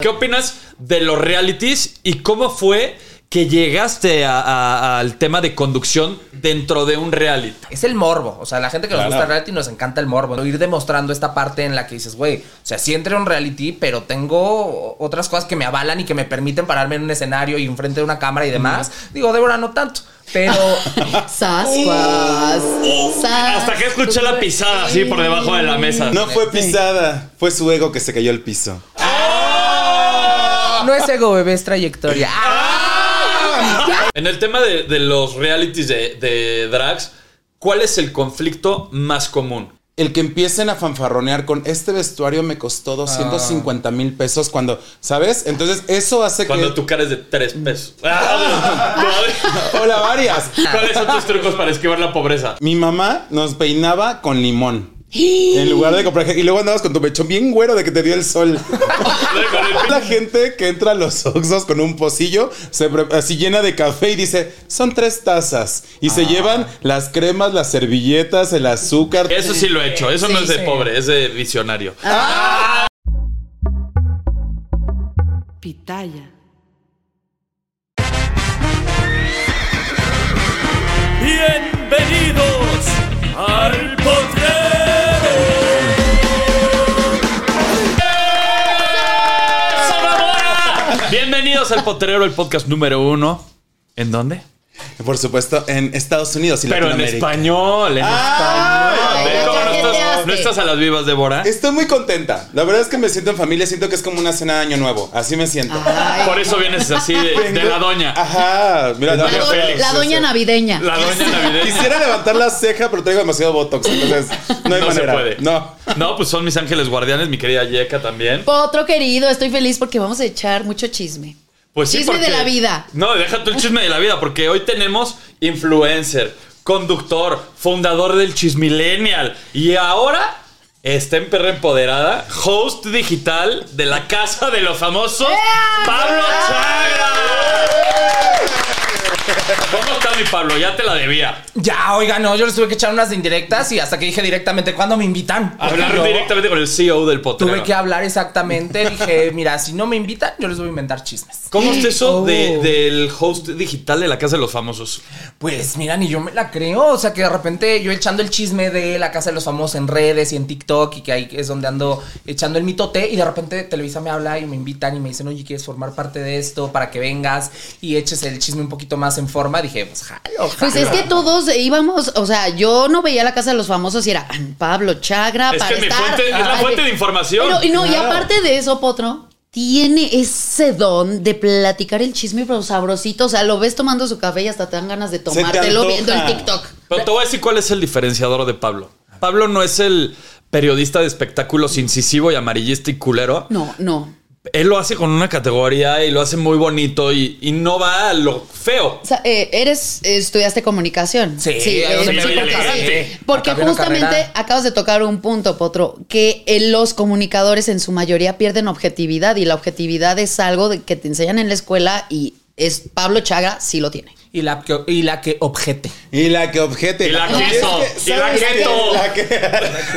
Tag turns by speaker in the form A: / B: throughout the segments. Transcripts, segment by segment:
A: ¿Qué opinas de los realities y cómo fue que llegaste a- a- al tema de conducción dentro de un reality?
B: Es el morbo. O sea, la gente que nos
A: Claro.
B: gusta el reality nos encanta el morbo. ¿no? Ir demostrando esta parte en la que dices, güey, o sea, sí entré a un reality, pero tengo otras cosas que me avalan y que me permiten pararme en un escenario y enfrente de una cámara y demás. Digo, Débora, no tanto. Pero
C: Sascuas.
A: Hasta que escuché la pisada así por debajo de la mesa.
D: No fue pisada, fue su ego que se cayó al piso.
B: no es ego, bebé, es trayectoria.
A: En el tema de, de los realities de, de drags, ¿cuál es el conflicto más común?
D: El que empiecen a fanfarronear con este vestuario me
A: Ah.
D: costó 250 mil pesos cuando, ¿sabes? Entonces eso hace
A: Cuando
D: que...
A: tu cara es de tres pesos. ¿Cuáles
D: Hola, varias.
A: son tus trucos para esquivar la pobreza?
D: Mi mamá nos peinaba con limón. En lugar de comprar... Y luego andabas con tu pechón bien güero de que te dio el sol. La gente que entra a los Oxxos con un pocillo se pre- así llena de café y dice, son tres tazas. Y
A: Ah.
D: se llevan las cremas, las servilletas, el azúcar.
A: Eso sí lo he hecho. Eso no
B: Sí,
A: es de
B: sí.
A: pobre, es de visionario.
E: Pitaya.
F: Bienvenidos al potrero.
A: Bienvenidos al Potrero, el podcast número uno. ¿En dónde?
D: Por supuesto, en Estados Unidos y
A: Pero en
D: Latinoamérica.
A: español, en
D: Ah,
A: español.
C: ya
A: Ve cómo no estás,
C: cajeteaste.
A: no estás a las vivas, Débora.
D: Estoy muy contenta. La verdad es que me siento en familia, siento que es como una cena de año nuevo. Así me siento.
A: Por eso vienes así de, de la doña.
D: Ajá, mira,
A: La
C: La,
D: tengo-
C: do-
A: Félix,
C: la doña navideña.
A: La doña navideña.
D: quisiera levantar la ceja, pero traigo demasiado botox, entonces no hay
A: No se
D: manera.
A: puede.
D: No.
A: No, pues son mis ángeles guardianes, mi querida Yeka también.
C: Potro querido, estoy feliz porque vamos a echar mucho chisme.
A: Pues sí,
C: Chisme de
A: porque-
C: la vida.
A: No, deja tú el chisme de la vida, porque hoy tenemos influencer, conductor, fundador del Chismillennial y ahora está en perra empoderada, host digital de la casa de los famosos,
C: ¡Eh!
A: Pablo Chagra. ¿Cómo está mi Pablo? Ya te la debía.
B: Ya, oiga, no, yo les tuve que echar unas indirectas y hasta que dije directamente, ¿cuándo me invitan? Porque
A: Hablar
B: yo
A: directamente con el CEO del potrero.
B: Tuve que hablar exactamente. Dije, mira, si no me invitan, yo les voy a inventar chismes.
A: ¿Cómo es eso
B: Oh.
A: de- del host digital de la casa de los famosos?
B: Pues mira, ni yo me la creo. O sea, que de repente yo echando el chisme de la casa de los famosos en redes y en TikTok y que ahí es donde ando echando el mitote y de repente Televisa me habla y me invitan y me dicen, oye, ¿quieres formar parte de esto para que vengas y eches el chisme un poquito más en forma? Dije, pues jalo.
A: Ah,
C: Pues es que todos íbamos, o sea, yo no veía la casa de los famosos y era "Ah, Pablo Chagra
A: Es
C: para
A: que mi
C: estar-
A: fuente- es la
C: Ay,
A: fuente de información.
C: Pero, y no, y
D: Claro.
C: aparte de eso, Potro, tiene ese don de platicar el chisme pero sabrosito, o sea, lo ves tomando su café y hasta te dan ganas de
D: te
C: tomártelo
D: antoja.
C: viendo el TikTok.
A: Pero te voy a decir cuál es el diferenciador de Pablo. Pablo no es el periodista de espectáculos incisivo y amarillista y culero.
C: No, no.
A: Él lo hace con una categoría y lo hace muy bonito y, y no va a lo feo.
C: O sea, eh, eres, eh, estudiaste comunicación.
B: Sí,
C: eh,
B: ahí
A: sí,
B: me
A: porque
B: elegante.
A: sí.
C: Porque
B: Acabé una
C: justamente
B: carrera.
C: acabas de tocar un punto, Potro, que eh, los comunicadores en su mayoría pierden objetividad y la objetividad es algo de- que te enseñan en la escuela y es Pablo Chaga sí lo tiene.
B: Y la, que, y la que objete.
D: Y la que objete.
A: Y la queso,
D: Es que,
A: y la
D: ¿sabes qué?
A: keto.
D: La que-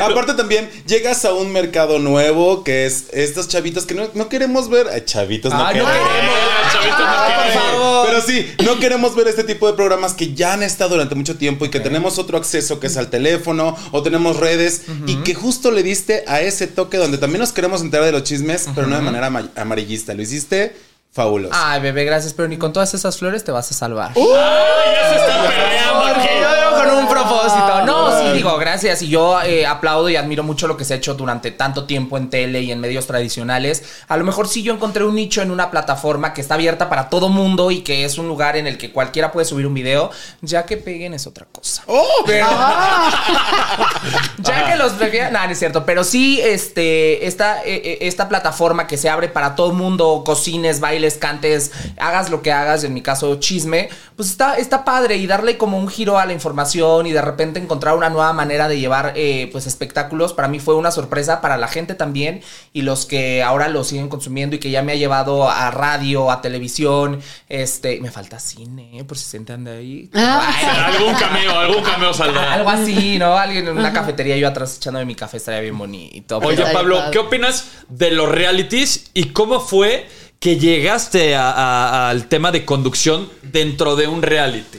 D: Aparte también, llegas a un mercado nuevo que es estos chavitos que no, no queremos ver. Ay, chavitos Pues no
B: Ay, Ah, no
D: queremos.
B: queremos.
A: Eh, chavitos, no
B: Ay,
A: quieren.
B: Ah, por favor.
D: Pero sí, no queremos ver este tipo de programas que ya han estado durante mucho tiempo y que tenemos otro acceso que es al teléfono o tenemos redes y que justo le diste a ese toque donde también nos queremos enterar de los chismes, pero no de manera ama- amarillista. Lo hiciste fabuloso.
B: Ay, bebé, gracias, pero ni con todas esas flores te vas a salvar.
A: Ay, ya se está peleando
B: Porque yo
A: aquí.
B: veo con un propósito. No, sí, digo, gracias. Y yo eh, aplaudo y admiro mucho lo que se ha hecho durante tanto tiempo en tele y en medios tradicionales. A lo mejor sí yo encontré un nicho en una plataforma que está abierta para todo mundo y que es un lugar en el que cualquiera puede subir un video. Ya que peguen es otra cosa.
D: ¡Oh, pero!
B: Ya que los prefieran, no, no es cierto, pero sí, este, esta, eh, eh, esta plataforma que se abre para todo mundo, cocines, bailes, cantes, hagas lo que hagas, en mi caso chisme, pues está, está padre y darle como un giro a la innovación y de repente encontrar una nueva manera de llevar eh, pues espectáculos, para mí fue una sorpresa para la gente también y los que ahora lo siguen consumiendo y que ya me ha llevado a radio, a televisión, este, me falta cine, por si se entran de ahí.
C: Ah.
A: Algún cameo, algún cameo saldrá.
B: Algo así, ¿no? Alguien en una cafetería yo atrás echándome mi café estaría bien bonito.
A: Oye,
C: Estaría
A: Pablo,
C: padre.
A: ¿qué opinas de los realities y cómo fue que llegaste a- a- al tema de conducción dentro de un reality?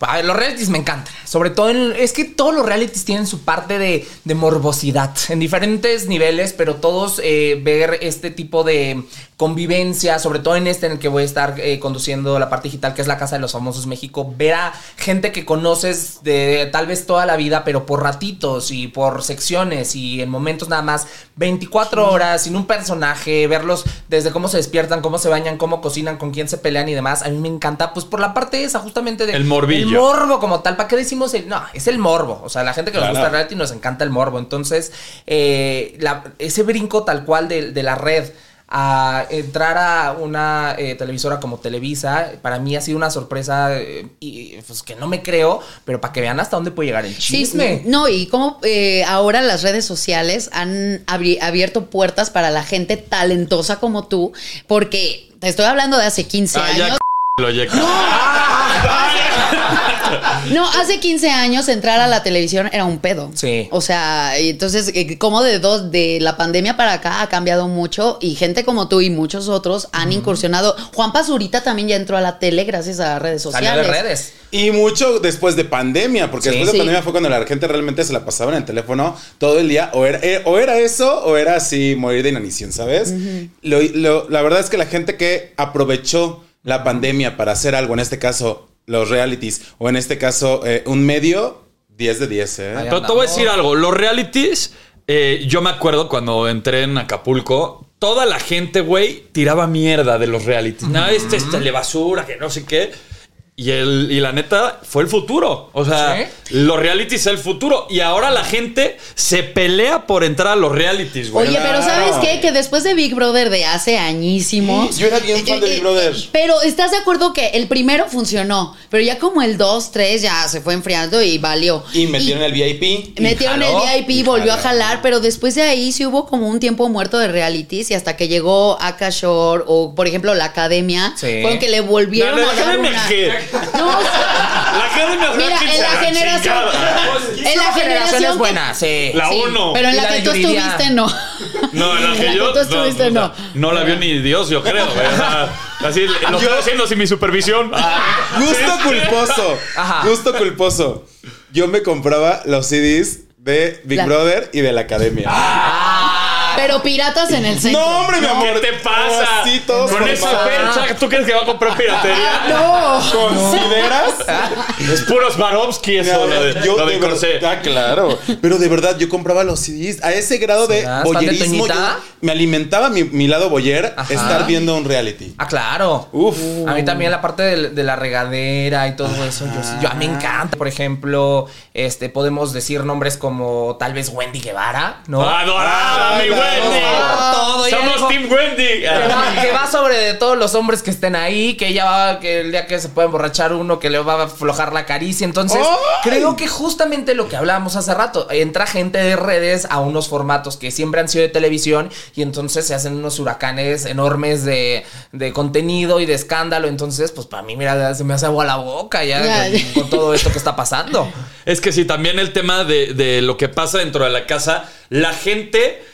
B: A ver, los realities me encantan. Sobre todo en- Es que todos los realities tienen su parte de, de morbosidad. En diferentes niveles, pero todos eh, ver este tipo de convivencia, sobre todo en este en el que voy a estar eh, conduciendo la parte digital, que es la Casa de los Famosos México. Ver a gente que conoces de tal vez toda la vida, pero por ratitos y por secciones y en momentos nada más 24 horas, sin un personaje, verlos desde cómo se despiertan, cómo se bañan, cómo cocinan, con quién se pelean y demás. A mí me encanta, pues por la parte esa, justamente de
A: El morbillo.
B: este, el morbo como tal. ¿Para qué decimos el.? No, es el morbo. O sea, la gente que nos
D: Claro.
B: gusta el reality nos encanta el morbo. Entonces, eh, la- ese brinco tal cual de, de la red a entrar a una eh, televisora como Televisa, para mí ha sido una sorpresa eh, y, pues, que no me creo, pero para que vean hasta dónde puede llegar el
C: Sí,
B: chisme.
C: no, y cómo eh, ahora las redes sociales han abri- abierto puertas para la gente talentosa como tú, porque te estoy hablando de hace 15
A: Ah, ya,
C: años.
A: lo llega.
C: No, hace 15 años entrar a la televisión era un pedo.
B: Sí.
C: O sea, y entonces, eh, como de dos, de la pandemia para acá ha cambiado mucho y gente como tú y muchos otros han incursionado. Juan Pazurita también ya entró a la tele gracias a redes sociales.
B: Salió de redes.
D: Y mucho después de pandemia, porque
B: Sí.
D: después de
C: Sí.
D: pandemia fue cuando la gente realmente se la pasaba en el teléfono todo el día. O era, eh, o era eso, o era así morir de inanición, ¿sabes? Lo- lo- la verdad es que la gente que aprovechó la pandemia para hacer algo, en este caso los realities, o en este caso eh, un medio, 10 de 10, ¿eh?
B: Ay,
A: Pero te voy a decir algo. Los realities, eh, yo me acuerdo cuando entré en Acapulco, toda la gente, güey, tiraba mierda de los realities. Nada, este es telebasura, que no sé qué. Y, el, y la neta fue el futuro. O sea, los realities es el futuro. Y ahora la gente se pelea por entrar a los realities, güey.
C: Oye, pero
D: Claro.
C: ¿sabes qué? Que después de Big Brother de hace añísimos.
D: Yo era bien fan de
C: eh,
D: Big Brother.
C: eh, Pero ¿estás de acuerdo que el primero funcionó? Pero ya como el 2, 3 ya se fue enfriando y valió.
D: Y metieron el VIP.
C: Y Metieron
D: jaló,
C: el VIP,
D: y
C: volvió a
D: jaló.
C: jalar, pero después de ahí sí hubo como un tiempo muerto de realities y hasta que llegó Akashore o, por ejemplo, la academia,
B: Sí.
C: fue que le volvieron
A: La de
C: a
A: la
C: dar
A: Academia,
C: una...
A: ¿qué?
C: No, o sea,
A: La gente me
C: Mira, en la generación. En la generación.
B: generaciones
C: que-
B: buenas, sí.
A: La
C: Sí,
A: uno.
C: Pero en
B: Y
C: la,
B: la
C: que
B: de
C: tú
B: Yuridia.
C: estuviste, no.
A: No, en la que yo.
C: tú estuviste,
A: no,
C: no.
A: o sea, no la vio ni Dios, yo creo. güey. O sea, así lo estoy haciendo sin mi supervisión.
D: Gusto culposo.
B: Ajá.
D: Gusto culposo. Yo me compraba los CDs de Big
C: La-
D: Brother y de la academia.
B: Ah.
C: Pero piratas en el centro.
D: No, hombre, mi amor.
A: ¿Qué te pasa?
D: Así todos
A: Con esa
D: formados.
A: percha, ¿tú crees que va a comprar piratería?
C: No.
D: ¿Consideras?
A: Es puros Swarovski eso, lo de,
D: Yo
A: lo de
D: de ver-
A: Corsé.
D: Ah, claro. Pero de verdad, yo compraba los CDs a ese grado de
B: ¿Serás fan de
D: boyerismo.
B: Toñita?
D: me alimentaba mi, mi lado boyer
B: Ajá.
D: estar viendo un reality.
B: Ah, claro.
D: Uf.
B: A mí también la parte del- de, la regadera y todo eso, yo, sí- yo- a mí
D: Ah.
B: me encanta. Por ejemplo, este podemos decir nombres como tal vez Wendy Guevara, ¿no?
A: ¡Adorada, mi
D: Ah,
A: Wendy!
B: claro. Todo, y
A: ¡Somos
B: algo-
A: Team Wendy!
B: Que va, que va sobre de todos los hombres que estén ahí, que ella va, que el día que se puede emborrachar uno, que le va a aflojar la caricia. Entonces,
D: ¡Ay!
B: creo que justamente lo que hablábamos hace rato, entra gente de redes a unos formatos que siempre han sido de televisión y entonces se hacen unos huracanes enormes de, de contenido y de escándalo. Entonces, pues para mí, mira, se me hace agua la boca ya
C: Ya.
B: con todo esto que está pasando.
A: Es que sí, también el tema de, de lo que pasa dentro de la casa, la gente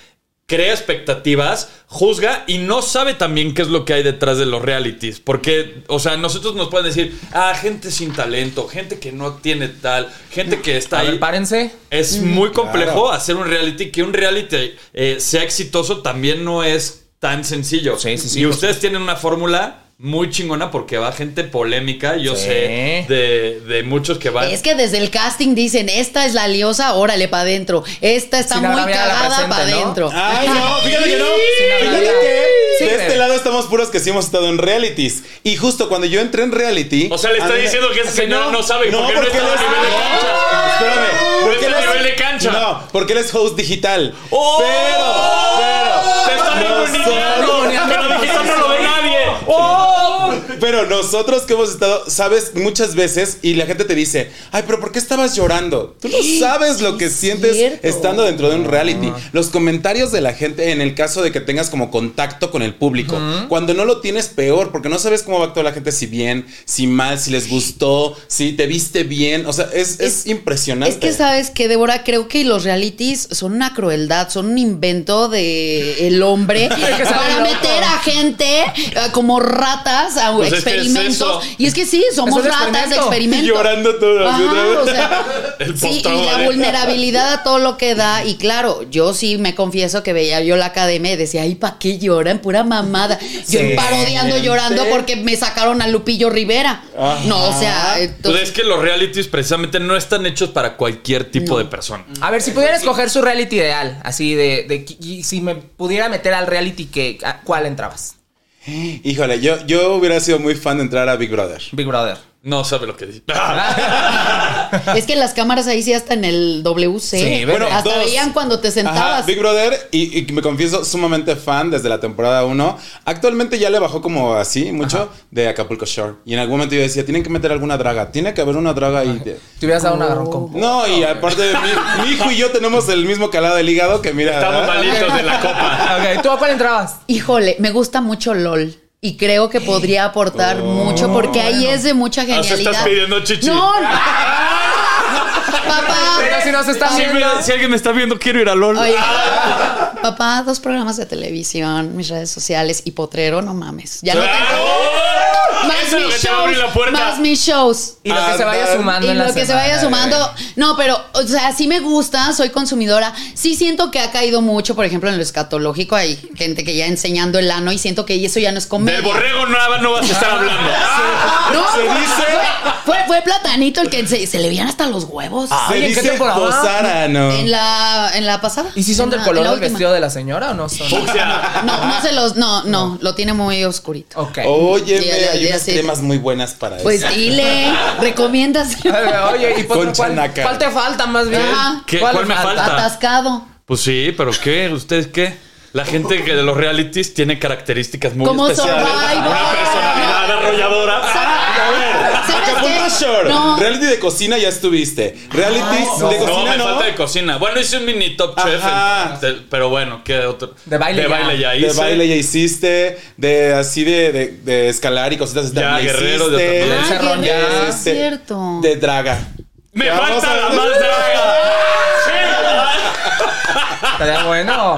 A: crea expectativas, juzga y no sabe también qué es lo que hay detrás de los realities. Porque, o sea, nosotros nos pueden decir, ah, gente sin talento, gente que no tiene tal, gente que está
B: A
A: ahí.
B: ver, párense.
A: Es muy complejo
D: Claro.
A: hacer un reality. Que un reality eh, sea exitoso también no es tan sencillo.
B: Sí, sí, sí,
A: y
B: por
A: ustedes tienen una fórmula muy chingona porque va gente polémica. Yo
B: Sí.
A: sé de, de muchos que van.
C: Es que desde el casting dicen, esta es la liosa, órale para adentro. Esta está
B: Sin
C: muy
B: hablar, ya la
C: cagada
B: presenta,
C: para
B: ¿no?
C: adentro.
D: Ay, no, fíjate que no.
B: Sí, no,
D: Fíjate
B: no, no.
D: que
B: Sí,
D: de
B: pero-
D: este lado estamos puros que sí hemos estado en realities. Y justo cuando yo entré en reality.
A: o sea, le
D: a
A: está
D: mí me-
A: diciendo que esa señora no, sabe
D: No,
A: porque,
D: porque
A: no
D: él
A: está a nivel de
D: es. Ah,
A: cancha.
D: Espérame.
A: está a nivel de cancha.
D: No, porque él es host digital.
A: ¡Oh!
D: Pero, pero.
A: ¡Te está
D: nosotros-
A: ninguneando! ¡Pero digital no lo ve nadie!
B: ¡Oh!
D: Pero nosotros que hemos estado, sabes, muchas veces y la gente te dice, ay, pero ¿por qué estabas llorando? Tú no sabes lo que sientes
C: cierto.
D: estando dentro de un reality. Los comentarios de la gente en el caso de que tengas como contacto con el público. Cuando no lo tienes, peor, porque no sabes cómo va a actuar la gente, si bien, si mal, si les gustó, si te viste bien. O sea, es, es,
C: Es-
D: impresionante.
C: Es que sabes que, Débora, creo que los realities son una crueldad, son un invento de el hombre
B: que sea
C: para
B: loco.
C: meter a gente eh, como ratas a
A: Pues es que es
C: experimentos.
A: eso.
C: y es que sí, somos
B: Es un
C: ratas de
B: experimento.
C: experimentos.
D: Y llorando todas,
C: Ajá,
D: ¿no?
C: o sea,
A: El
C: sí,
A: postón,
C: y la
A: ¿eh?
C: vulnerabilidad a todo lo que da. Y claro, yo sí me confieso que veía yo la academia y decía, ay, ¿para qué lloran? Pura mamada. Yo
B: Sí.
C: parodiando, llorando porque me sacaron a Lupillo Rivera. No, o sea,
A: Pues
C: entonces-
A: es que los realities precisamente no están hechos para cualquier tipo de persona.
B: A ver, si pudiera escoger su reality ideal, así de, de qui- y si me pudiera meter al reality, que, ¿a ¿cuál entrabas?
D: Híjole, yo, yo hubiera sido muy fan de entrar a Big Brother.
B: Big Brother.
A: No sabe lo que dice.
C: Ah. Es que las cámaras ahí sí hasta en el WC.
B: Sí,
D: bueno,
C: hasta
D: dos.
C: veían cuando te
D: Ajá,
C: sentabas.
D: Big Brother, y, y me confieso sumamente fan desde la temporada 1. Actualmente ya le bajó como así mucho de Acapulco Shore. Y en algún momento yo decía, tienen que meter alguna draga, tiene que haber una draga ahí. de-
B: Te hubieras dado un agarrón
A: Oh.
B: con...
D: No, y aparte, mi, mi hijo y yo tenemos el mismo calado del hígado que mira.
A: Estamos malitos de la copa.
B: Ok, ¿tú a cuál entrabas?
C: Híjole, me gusta mucho LOL. Y creo que podría aportar
A: Oh,
C: mucho porque ahí es de mucha
A: sea,
C: genialidad.
A: Ah, estás pidiendo chichi.
C: No, no. papá.
B: Pero si nos estás
A: Si, me-
B: viendo...
A: si alguien me está viendo, quiero ir a LOL.
C: Oye, papá, dos programas de televisión, mis redes sociales y potrero, no mames. Ya no tengo.
A: ¡Claro!
C: Más
A: Eso es lo
C: mis
A: que te va a abrir
C: shows,
A: la puerta.
C: más mis shows.
B: Y lo que se vaya
D: Andar.
B: sumando
C: Y
B: en
C: lo
B: la
C: que se
B: semana,
C: vaya
B: bebé.
C: sumando. No, pero, o sea, sí me gusta, soy consumidora. Sí siento que ha caído mucho, por ejemplo, en lo escatológico. Hay gente que ya enseñando el ano y siento que eso ya no es comedia.
A: Del borrego nada no vas a estar hablando.
C: No,
D: Se
C: fue-
D: dice-
C: Fue, fue Platanito el que se, se le veían hasta los huevos.
D: Se
B: Oye, ¿en qué
D: dice
B: temporada?
D: Posárano.
C: En la, en la pasada.
B: ¿Y si son
C: En
B: del
C: la- en
B: color
C: la
B: del
C: última.
B: vestido de la señora o no son?
A: Fucsia.
C: No, no se los. No, no, lo tiene muy oscurito.
B: Ok.
A: Oh.
D: Oye,
C: Ya,
D: me-
C: ya,
D: hay
C: ya,
D: unas
C: sí.
D: cremas muy buenas para
C: Pues
D: eso.
C: dile, recomiendas.
B: Oye, ¿y Potro,
D: Concha
B: cuál,
D: nácar.
B: cuál te falta más bien?
C: Ajá.
A: ¿Qué-
B: le
A: cuál me falta?
C: Atascado.
A: Pues sí, pero ¿qué? ¿Ustedes qué? La gente que de los realities tiene características muy
C: Como
A: especiales.
C: Survivor.
A: Una personalidad arrolladora. Ah,
C: ¿Sabes
D: Acapulco
C: qué?
D: Shore.
C: No. Ah,
D: Reality de cocina ya estuviste. Reality
B: no.
D: de
A: No,
D: cocina
A: me
D: no.
A: falta de cocina. Bueno, hice un mini top chef.
D: Ajá.
A: en- pero bueno, ¿qué otro?
B: De baile
A: de
B: ya.
A: baile ya hice.
D: De baile ya hiciste, de así de, de- de escalar y cositas así
A: Ya,
D: también ya
A: guerrero, ya
D: hiciste.
A: también.
C: Ay,
B: Cerrón,
C: qué
B: Ah, ya,
C: bien, Ah, es
D: Este,
C: cierto.
D: De draga.
A: ¡Me
D: Ya, vamos
A: falta
D: a-
A: la más draga!
B: Estaría bueno.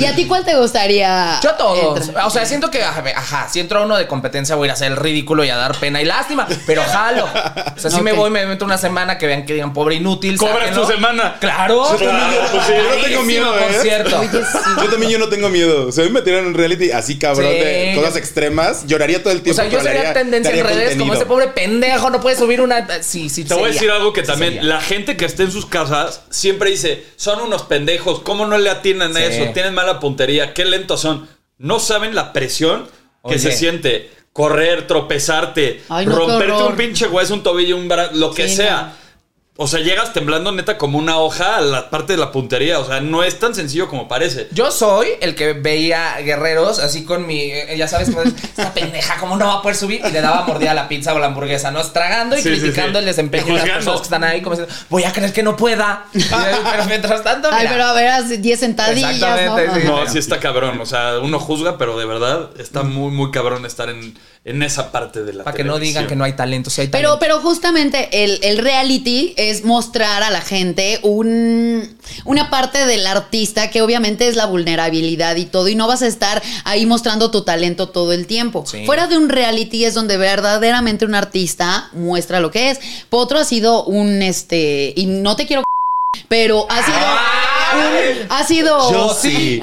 C: ¿Y a ti cuál te gustaría?
B: Yo todos.
C: entrar?
B: O sea, siento que, ajá, ajá, si entro a uno de competencia voy a ir a hacer el ridículo y a dar pena y lástima, pero jalo. O sea, si me
C: Ok.
B: voy, me meto una semana que vean que digan pobre inútil.
A: Cobras
B: sáquenlo.
A: tu semana.
B: Claro.
A: Claro, pues sí.
D: Yo no tengo miedo, ¿eh?
B: Por cierto.
C: Oye, sí.
D: Yo también yo no tengo miedo. O sea, a mí me tiran un reality así cabrón
B: Sí.
D: de cosas extremas. Lloraría todo el
B: O
D: tiempo.
B: sea, yo
D: pero le
B: sería
D: haría-
B: tendencia
D: le
B: en
D: haría
B: redes como
D: contenido.
B: ese pobre pendejo, no puede subir una. Sí, sí,
A: Te voy a
B: sería.
A: decir algo que también
B: sería.
A: la gente que está en sus casas siempre dice, son unos pendejos, ¿cómo no le atinan a
B: Sí.
A: eso? Tienen mala puntería, qué lentos son. No saben la presión que
B: Oye.
A: se siente correr, tropezarte,
C: Ay, no, qué
A: romperte
C: horror.
A: un pinche hueso, un tobillo, un brazo, lo que
C: Sí,
A: sea. O sea, llegas temblando neta como una hoja a la parte de la puntería. O sea, no es tan sencillo como parece.
B: Yo soy el que veía guerreros así con mi. eh, ya sabes, como, esta pendeja, ¿cómo no va a poder subir? Y le daba mordida a la pizza o la hamburguesa, ¿no? Tragando y
A: Sí, sí, sí.
B: criticando el desempeño de las
A: Juzgando.
B: personas que están ahí, como diciendo, voy a creer que no pueda. Y, pero mientras tanto.
C: Ay,
B: mira.
C: pero a ver, haz 10 sentadillas. ¿no?
B: Exactamente, sí.
A: No,
B: Pero-
A: sí está cabrón. O sea, uno juzga, pero de verdad está muy, muy cabrón estar en, en esa parte de la
B: Para que no digan que no hay talento, si hay talento.
C: Pero, pero justamente el, el reality es mostrar a la gente un, una parte del artista que obviamente es la vulnerabilidad y todo, y no vas a estar ahí mostrando tu talento todo el tiempo.
B: Sí.
C: Fuera de un reality es donde verdaderamente un artista muestra lo que es. Potro ha sido un este, y no te quiero, c- pero ha sido.
B: Ay.
C: un- ha sido.
D: Yo sí.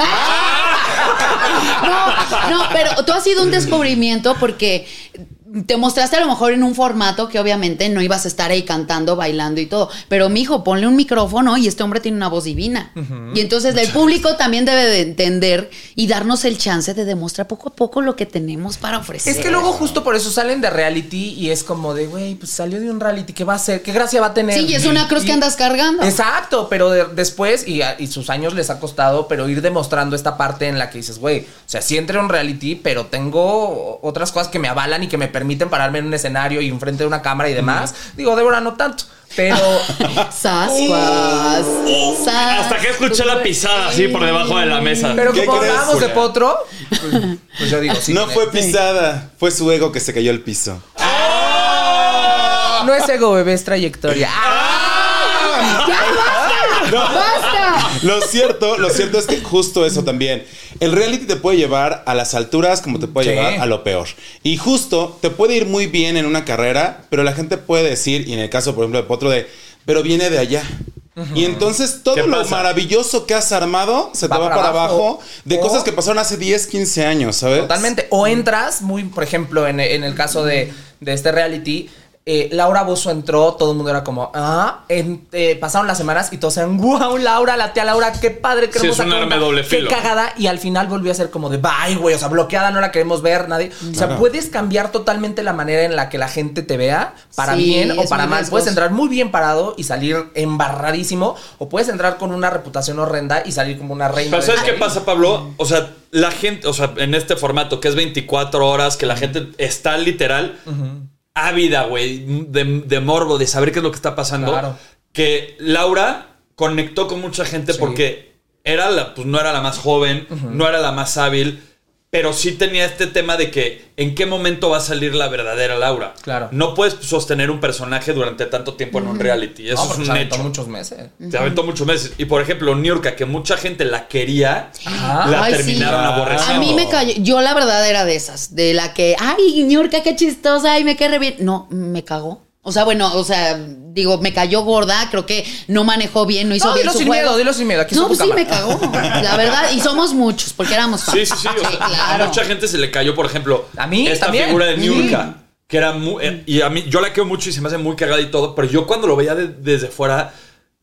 C: No, no, pero tú has sido un descubrimiento porque te mostraste a lo mejor en un formato que obviamente no ibas a estar ahí cantando, bailando y todo. Pero, mijo, ponle un micrófono y este hombre tiene una voz divina. Y entonces el público también debe de entender y darnos el chance de demostrar poco a poco lo que tenemos para ofrecer.
B: Es que luego justo por eso salen de reality y es como de, güey, pues salió de un reality, ¿qué va a hacer? ¿Qué gracia va a tener?
C: Sí, y es una cruz que andas cargando.
B: Exacto, pero de- después, y, a- y sus años les ha costado, pero ir demostrando esta parte en la que dices, güey, o sea, sí entré a un reality, pero tengo otras cosas que me avalan y que me permiten pararme en un escenario y enfrente de una cámara y demás. Digo, Débora, no tanto, pero... Oh,
C: Sascuas. Sas-
A: Hasta que escuché la pisada así por debajo de la mesa.
B: Pero
D: ¿Qué
B: como
D: crees,
B: hablamos de
D: Julia?
B: potro, pues, pues yo digo, sí.
D: No
B: tiene-
D: fue pisada, fue su ego que se cayó al piso.
B: No es ego, bebé, es trayectoria.
C: ¡Ya basta! ¡Basta!
D: Lo cierto, lo cierto es que justo eso también. El reality te puede llevar a las alturas como te puede
B: Sí.
D: llevar a lo peor. Y justo te puede ir muy bien en una carrera, pero la gente puede decir, y en el caso, por ejemplo, de Potro, de, pero viene de allá. Y entonces
A: ¿Qué
D: todo lo
A: pasa?
D: maravilloso que has armado se
B: Va
D: te va
B: para
D: para abajo,
B: abajo.
D: de
B: O-
D: cosas que pasaron hace 10, 15 años, ¿sabes?
B: Totalmente. O entras, muy, por ejemplo, en, en el caso de, de este reality. eh, Laura Bozo entró, todo el mundo era como, ah, en- eh, pasaron las semanas y todos eran, wow, Laura, la tía Laura, qué padre, qué
A: Sí, es
B: hermosa
A: un
B: qué
A: arma
B: bonita,
A: de doble
B: qué
A: filo.
B: cagada, y al final volvió a ser como de, bye, güey, o sea, bloqueada, no la queremos ver, nadie. O sea,
D: Claro.
B: puedes cambiar totalmente la manera en la que la gente te vea, para
C: Sí,
B: bien o
C: es
B: para
C: muy
B: mal. Puedes
C: riesgoso.
B: entrar muy bien parado y salir embarradísimo, o puedes entrar con una reputación horrenda y salir como una reina.
A: Pero
B: de
A: ¿sabes qué
B: Madrid.
A: pasa, Pablo? O sea, la gente, o sea, en este formato que es 24 horas, que la gente está literal ávida, güey, de, de morbo, de saber qué es lo que está pasando.
B: Claro.
A: Que Laura conectó con mucha gente
B: Sí.
A: porque era la, pues, no era la más joven, no era la más hábil. Pero sí tenía este tema de que en qué momento va a salir la verdadera Laura.
B: Claro.
A: No puedes sostener un personaje durante tanto tiempo en un reality. Eso
B: No,
A: es
B: porque se
A: un
B: aventó
A: hecho.
B: muchos meses.
A: Se aventó muchos meses. Y por ejemplo, Niurka, que mucha gente la quería,
B: Ajá.
A: la
C: Ay, sí.
A: terminaron
D: Ah.
A: aborreciendo.
C: A mí me cayó. Yo, la verdad, era de esas. De la que, ay, ñorca, qué chistosa, ay, me cae re bien. No, me cagó. O sea, bueno, o sea, digo, me cayó gorda. Creo que no manejó bien, no hizo
B: No,
C: bien
B: dilo
C: su
B: sin
C: juego.
B: miedo, dilo sin miedo, aquí
C: no,
B: está tu
C: pues sí,
B: cámara.
C: me cagó. La verdad, y somos muchos, porque éramos fans.
A: Sí, sí, sí. o sea, A
C: claro.
A: mucha gente se le cayó, por ejemplo,
B: A mí
A: esta
B: también.
A: figura de Niurka. Que era muy. eh, Y a mí, yo la quiero mucho y se me hace muy cagada y todo. Pero yo cuando lo veía de- desde fuera,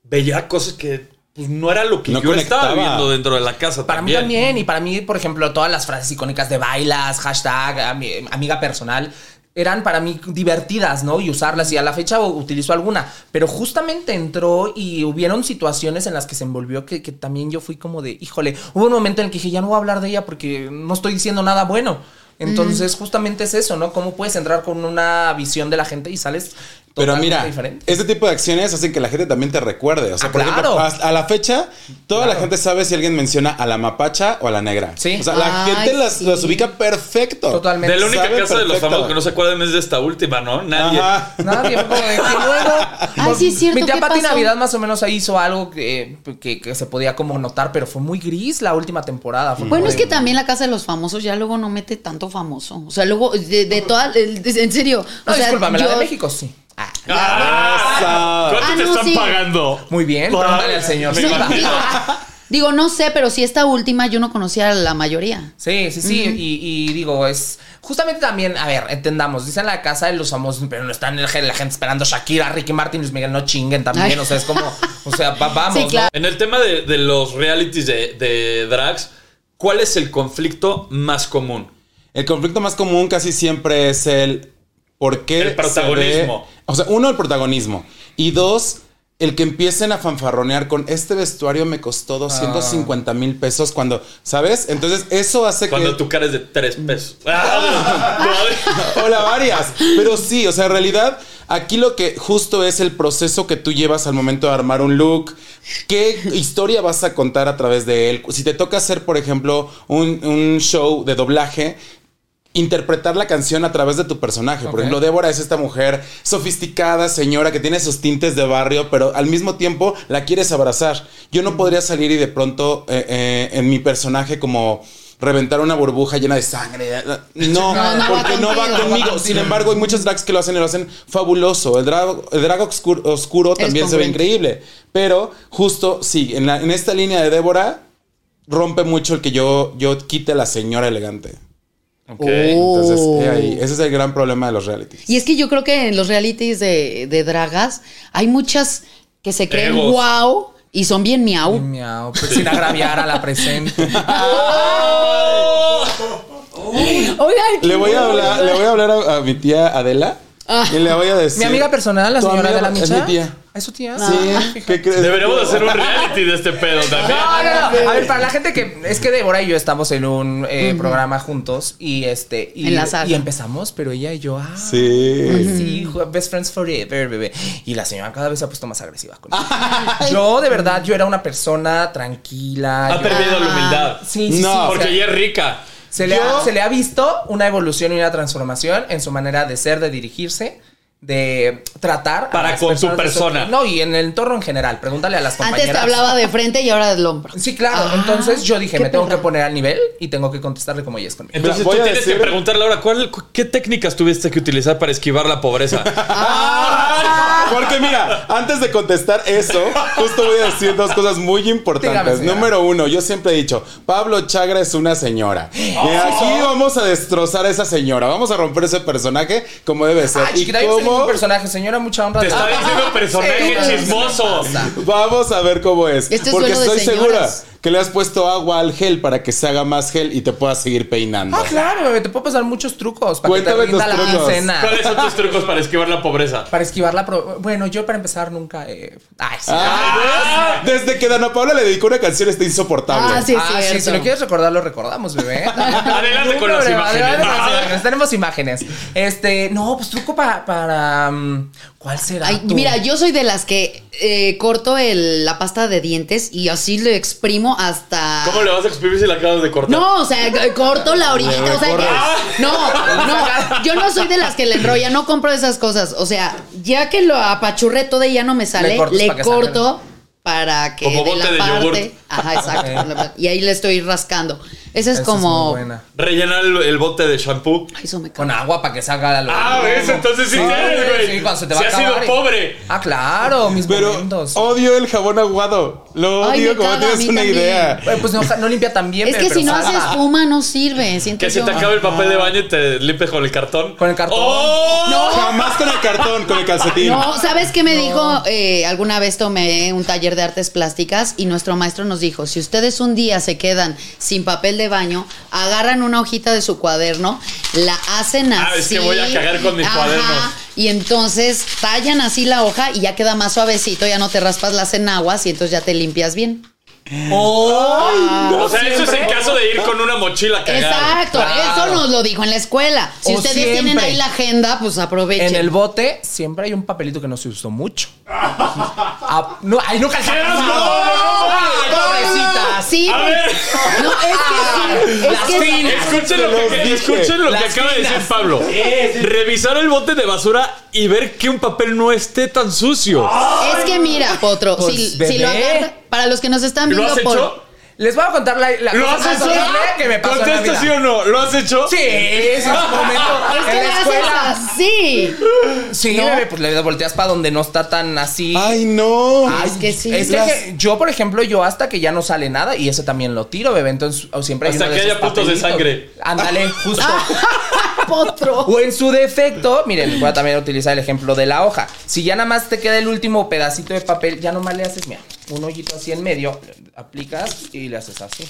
A: veía cosas que pues, no era lo que
D: No
A: yo estaba
D: conectaba.
A: viendo dentro de la casa.
B: Para mí
A: también.
B: también, y para mí, por ejemplo, todas las frases icónicas de bailas, hashtag, ami- amiga personal, eran para mí divertidas, ¿no? Y usarlas, y a la fecha utilizo alguna. Pero justamente entró y hubieron situaciones en las que se envolvió que, que también yo fui como de, híjole, hubo un momento en el que dije, ya no voy a hablar de ella porque no estoy diciendo nada bueno. Entonces, justamente es eso, ¿no? ¿Cómo puedes entrar con una visión de la gente y sales
D: Pero
B: totalmente
D: mira,
B: diferente?
D: este tipo de acciones hacen que la gente también te recuerde. O sea,
B: Ah,
D: por ejemplo,
B: claro.
D: hasta- a la fecha, toda la gente sabe si alguien menciona a la mapacha o a la negra.
B: Sí.
D: O sea, la
C: Ay,
D: gente las,
C: sí.
D: las ubica perfecto.
B: Totalmente.
A: De la única
D: Sabe
A: casa de los
D: perfecto.
A: famosos que no se acuerdan es de esta última, ¿no? Nadie.
D: Ajá.
B: Nadie fue como de que luego.
C: Ah, sí, es cierto,
B: Mi tía
C: ¿qué
B: Pati
C: pasó?
B: Navidad más o menos ahí hizo algo que, que- que se podía como notar, pero fue muy gris la última temporada. Fue
C: Bueno,
B: como
C: es que
B: de-
C: también la casa de los famosos ya luego no mete tanto famoso. O sea, luego, de, de toda. el- de- en serio.
B: No,
C: o sea,
B: discúlpame, la de
C: yo-
B: México sí.
A: ¡Ah!
D: Esa.
A: ¿Cuánto
C: Ah,
A: te
C: no,
A: están
C: sí.
A: pagando?
B: Muy bien,
A: Por-
B: pregúntale al señor
A: Me
B: Silva.
A: imagino.
C: Digo, digo, no sé, pero si esta última yo no conocía a la mayoría.
B: Sí, sí, sí. y, y digo, es. Justamente también, a ver, entendamos, dicen la casa de los famosos, pero no están el- la gente esperando Shakira, Ricky Martin, Luis Miguel, no chinguen también.
C: Ay.
B: O sea, es como, o sea, va- vamos.
C: Sí,
B: ¿no?
C: claro.
A: En el tema de, de los realities de, de drags, ¿cuál es el conflicto más común?
D: El conflicto más común casi siempre es el por qué.
A: El
D: se
A: protagonismo.
D: ve- o sea, uno, el protagonismo. Y dos, el que empiecen a fanfarronear con este vestuario me costó 250 mil pesos cuando, ¿sabes? Entonces, eso hace
A: Cuando
D: que.
A: tu cara es de tres pesos. Ah,
D: Hola, varias. Pero sí, o sea, en realidad, aquí lo que justo es el proceso que tú llevas al momento de armar un look. ¿Qué historia vas a contar a través de él? Si te toca hacer, por ejemplo, un, un show de doblaje. Interpretar la canción a través de tu personaje. Por
B: Ok.
D: ejemplo, Débora es esta mujer sofisticada, señora, que tiene sus tintes de barrio, pero al mismo tiempo la quieres abrazar. Yo no podría salir y de pronto eh, eh, en mi personaje como reventar una burbuja llena de sangre. No,
C: No, no va
D: porque no va
C: contigo.
D: conmigo. Sin embargo, hay muchos drags que lo hacen y lo hacen fabuloso. El drag, el drag oscuro, oscuro también se ve
C: congruente.
D: increíble. Pero justo, sí, en, la- en esta línea de Débora rompe mucho el que yo, yo quite a la señora elegante.
A: Ok.
D: Entonces,
C: Oh.
D: he ahí. ese es el gran problema de los realities.
C: Y es que yo creo que en los realities de, de dragas hay muchas que se creen
A: Egos.
C: wow y son bien
B: Y
C: miau.
B: miau, pues, sin agraviar a la presente.
D: Oh.
C: Oigan,
D: Le voy a hablar, le voy a, hablar a, a mi tía Adela
C: Ah.
D: y le voy a decir.
B: Mi amiga personal, la
D: Tu
B: señora de
D: amiga
B: la
D: Es
B: micha.
D: mi tía.
B: ¿Es su tía? Ah,
D: Sí, ¿qué crees?
A: Deberíamos hacer un reality de este pedo también.
B: No, no, no. A ver, para la gente que. Es que Débora y yo estamos en un eh, programa juntos y este. Y,
C: En la saga.
B: y empezamos, pero ella y yo. Ah,
D: Sí.
B: Sí, ju- best friends forever, bebé. Y la señora cada vez se ha puesto más agresiva con ella. Yo, de verdad, yo era una persona tranquila.
A: Ha
B: yo-
A: perdido la humildad.
B: Sí, sí,
D: Ah, No,
B: Ah, sí, o
A: Porque
B: sea,
A: ella es rica.
B: se, le
D: Yo-
B: ha, se le ha visto una evolución y una transformación en su manera de ser, de dirigirse, de tratar. a
A: Para
B: las
A: con su
B: personas de
A: persona.
B: No, y en el entorno en general. Pregúntale a las compañeras.
C: Antes te hablaba de frente y ahora del hombro.
B: Sí, claro.
C: Ah,
B: Entonces yo dije,
C: qué
B: me tengo que
C: perra.
B: poner al nivel y tengo que contestarle como ella es conmigo.
A: Entonces
D: Voy
A: tú
D: a
A: tienes
D: decir-
A: que preguntarle ahora ¿cuál, cu- qué técnicas tuviste que utilizar para esquivar la pobreza.
D: Porque mira, antes de contestar eso, justo voy a decir dos cosas muy
B: Dígame,
D: importantes.
B: señora.
D: Número uno, yo siempre he dicho, Pablo Chagra es una señora. Y aquí vamos a destrozar a esa señora, vamos a romper ese personaje como debe ser.
B: Ay,
D: y
B: chiquita, yo soy
D: cómo
B: un personaje, señora, mucha honra.
A: Te está diciendo personaje
B: Sí,
A: chismoso.
D: vamos a ver cómo es.
C: Este es
D: Porque
C: duelo de
D: estoy segura
C: señoras.
D: que le has puesto agua al gel para que se haga más gel y te puedas seguir peinando.
B: Ah, claro, bebé, te puedo pasar muchos trucos para
D: Cuéntame
B: que te rinda
D: tus
B: la
D: trucos.
B: quincena.
A: ¿Cuáles son tus trucos para esquivar la pobreza?
B: Para esquivar la... pro- Bueno, yo para empezar nunca... eh, Ay, sí.
D: Ah, desde que Dana Paula le dedicó una canción está insoportable.
C: Ah, sí, es
B: Ah, sí,
C: cierto.
B: si lo quieres recordar, lo recordamos, bebé.
A: Adelante con
B: No,
A: las
B: bebé,
A: imágenes.
B: adelante con las imágenes. Tenemos imágenes. Este, no, pues truco para... para mm, ¿Cuál será?
C: Ay,
B: tú?
C: mira, yo soy de las que eh, corto el- la pasta de dientes y así lo exprimo hasta.
A: ¿Cómo le vas a exprimir si la acabas de cortar?
C: No, o sea, c- corto la orillita. O sea,
D: recorres.
C: que- no, no. Yo no soy de las que le enrolla, no compro esas cosas. O sea, ya que lo apachurré todo y ya no me sale,
B: Le cortas
C: le
B: para que
C: corto para que
A: Como
C: de
A: bote
C: la
A: de
C: parte.
A: yogurt.
C: Ajá, exacto. y ahí le estoy rascando. Esa es
B: Esa muy
C: como.
B: buena.
A: Rellenar el, el bote de shampoo.
C: Ay, eso me ca-
B: Con agua para que salga la
A: Ah, ves, entonces sí tienes, güey.
B: Sí, cuando se te
A: Sí
B: va a
A: has sido
B: acabar.
A: pobre.
B: Ah, claro, mis
D: Pero oh.
B: momentos.
D: odio el jabón aguado. Lo
C: Ay,
D: odio
C: me
D: como
C: caga, a
D: tienes
C: mí
D: una
C: también.
D: idea.
B: Eh, pues no, no limpia tan bien.
C: Es que
B: pero
C: si no
B: salga.
C: haces espuma no sirve. siento
A: Que se
C: yo.
A: te acaba el papel de baño y te limpias con el cartón.
B: Con el cartón.
A: ¡Oh!
D: Jamás con el cartón, con el calcetín.
C: No, ¿sabes qué me dijo? Eh, alguna vez tomé un taller de artes plásticas y nuestro maestro nos dijo, si ustedes un día se quedan sin papel de baño, agarran una hojita de su cuaderno, la hacen así.
A: Ah, es que voy a cagar con mis cuadernos.
C: Y entonces tallan así la hoja y ya queda más suavecito, ya no te raspas las enaguas y entonces ya te limpias bien. Ah,
A: o sea, eso es en caso de ir con una mochila a cagar.
C: Exacto, eso nos lo dijo en la escuela. Si
B: O
C: ustedes tienen
B: siempre.
C: ahí la agenda, pues aprovechen.
B: En el bote siempre hay un papelito que no se usó mucho. Ah, no, Ah, ay, nunca se
A: ¡Qué
B: ¡No!
A: asco!
B: ¡Ay, pobrecitas!
C: Sí,
A: A
C: pues,
A: ver.
C: no, es que sí, es
B: Las
C: que sí.
B: finas.
A: Escuchen
D: Se
A: lo,
D: los
A: que,
D: dije.
A: escuchen lo que
B: Las
A: acaba de decir
B: finas.
A: Pablo. Revisar el bote de basura y ver que un papel no esté tan sucio.
B: Ah,
C: Es que mira, Potro,
B: Pues,
C: si, si lo
B: bebé.
C: agarra, para los que nos están
A: ¿Lo
C: viendo
A: has
C: por-
A: hecho?
B: Les voy a contar la, la
A: ¿Lo
B: cosa
A: has
B: más
A: hecho?
B: horrible que me pasó en la
A: Contesta
B: vida.
A: sí o no. ¿Lo has hecho?
B: Sí, es un momento.
C: Es que
B: en
C: le
B: la
C: haces
B: escuela.
C: así.
B: Sí,
C: ¿No?
B: bebé, pues le volteas para donde no está tan así.
D: Ay, no.
C: Ay, es que sí.
B: Es que je- yo, por ejemplo, yo hasta que ya no sale nada, y eso también lo tiro, bebé. Entonces, o siempre hay
A: Hasta
B: uno
A: que
B: de esos
A: haya puntos de
B: papelitos.
A: sangre.
B: Ándale, justo.
C: Potro.
B: O en su defecto, miren, voy a también utilizar el ejemplo de la hoja. Si ya nada más te queda el último pedacito de papel, ya nomás le haces, mira, un hoyito así en medio, aplicas y le haces así.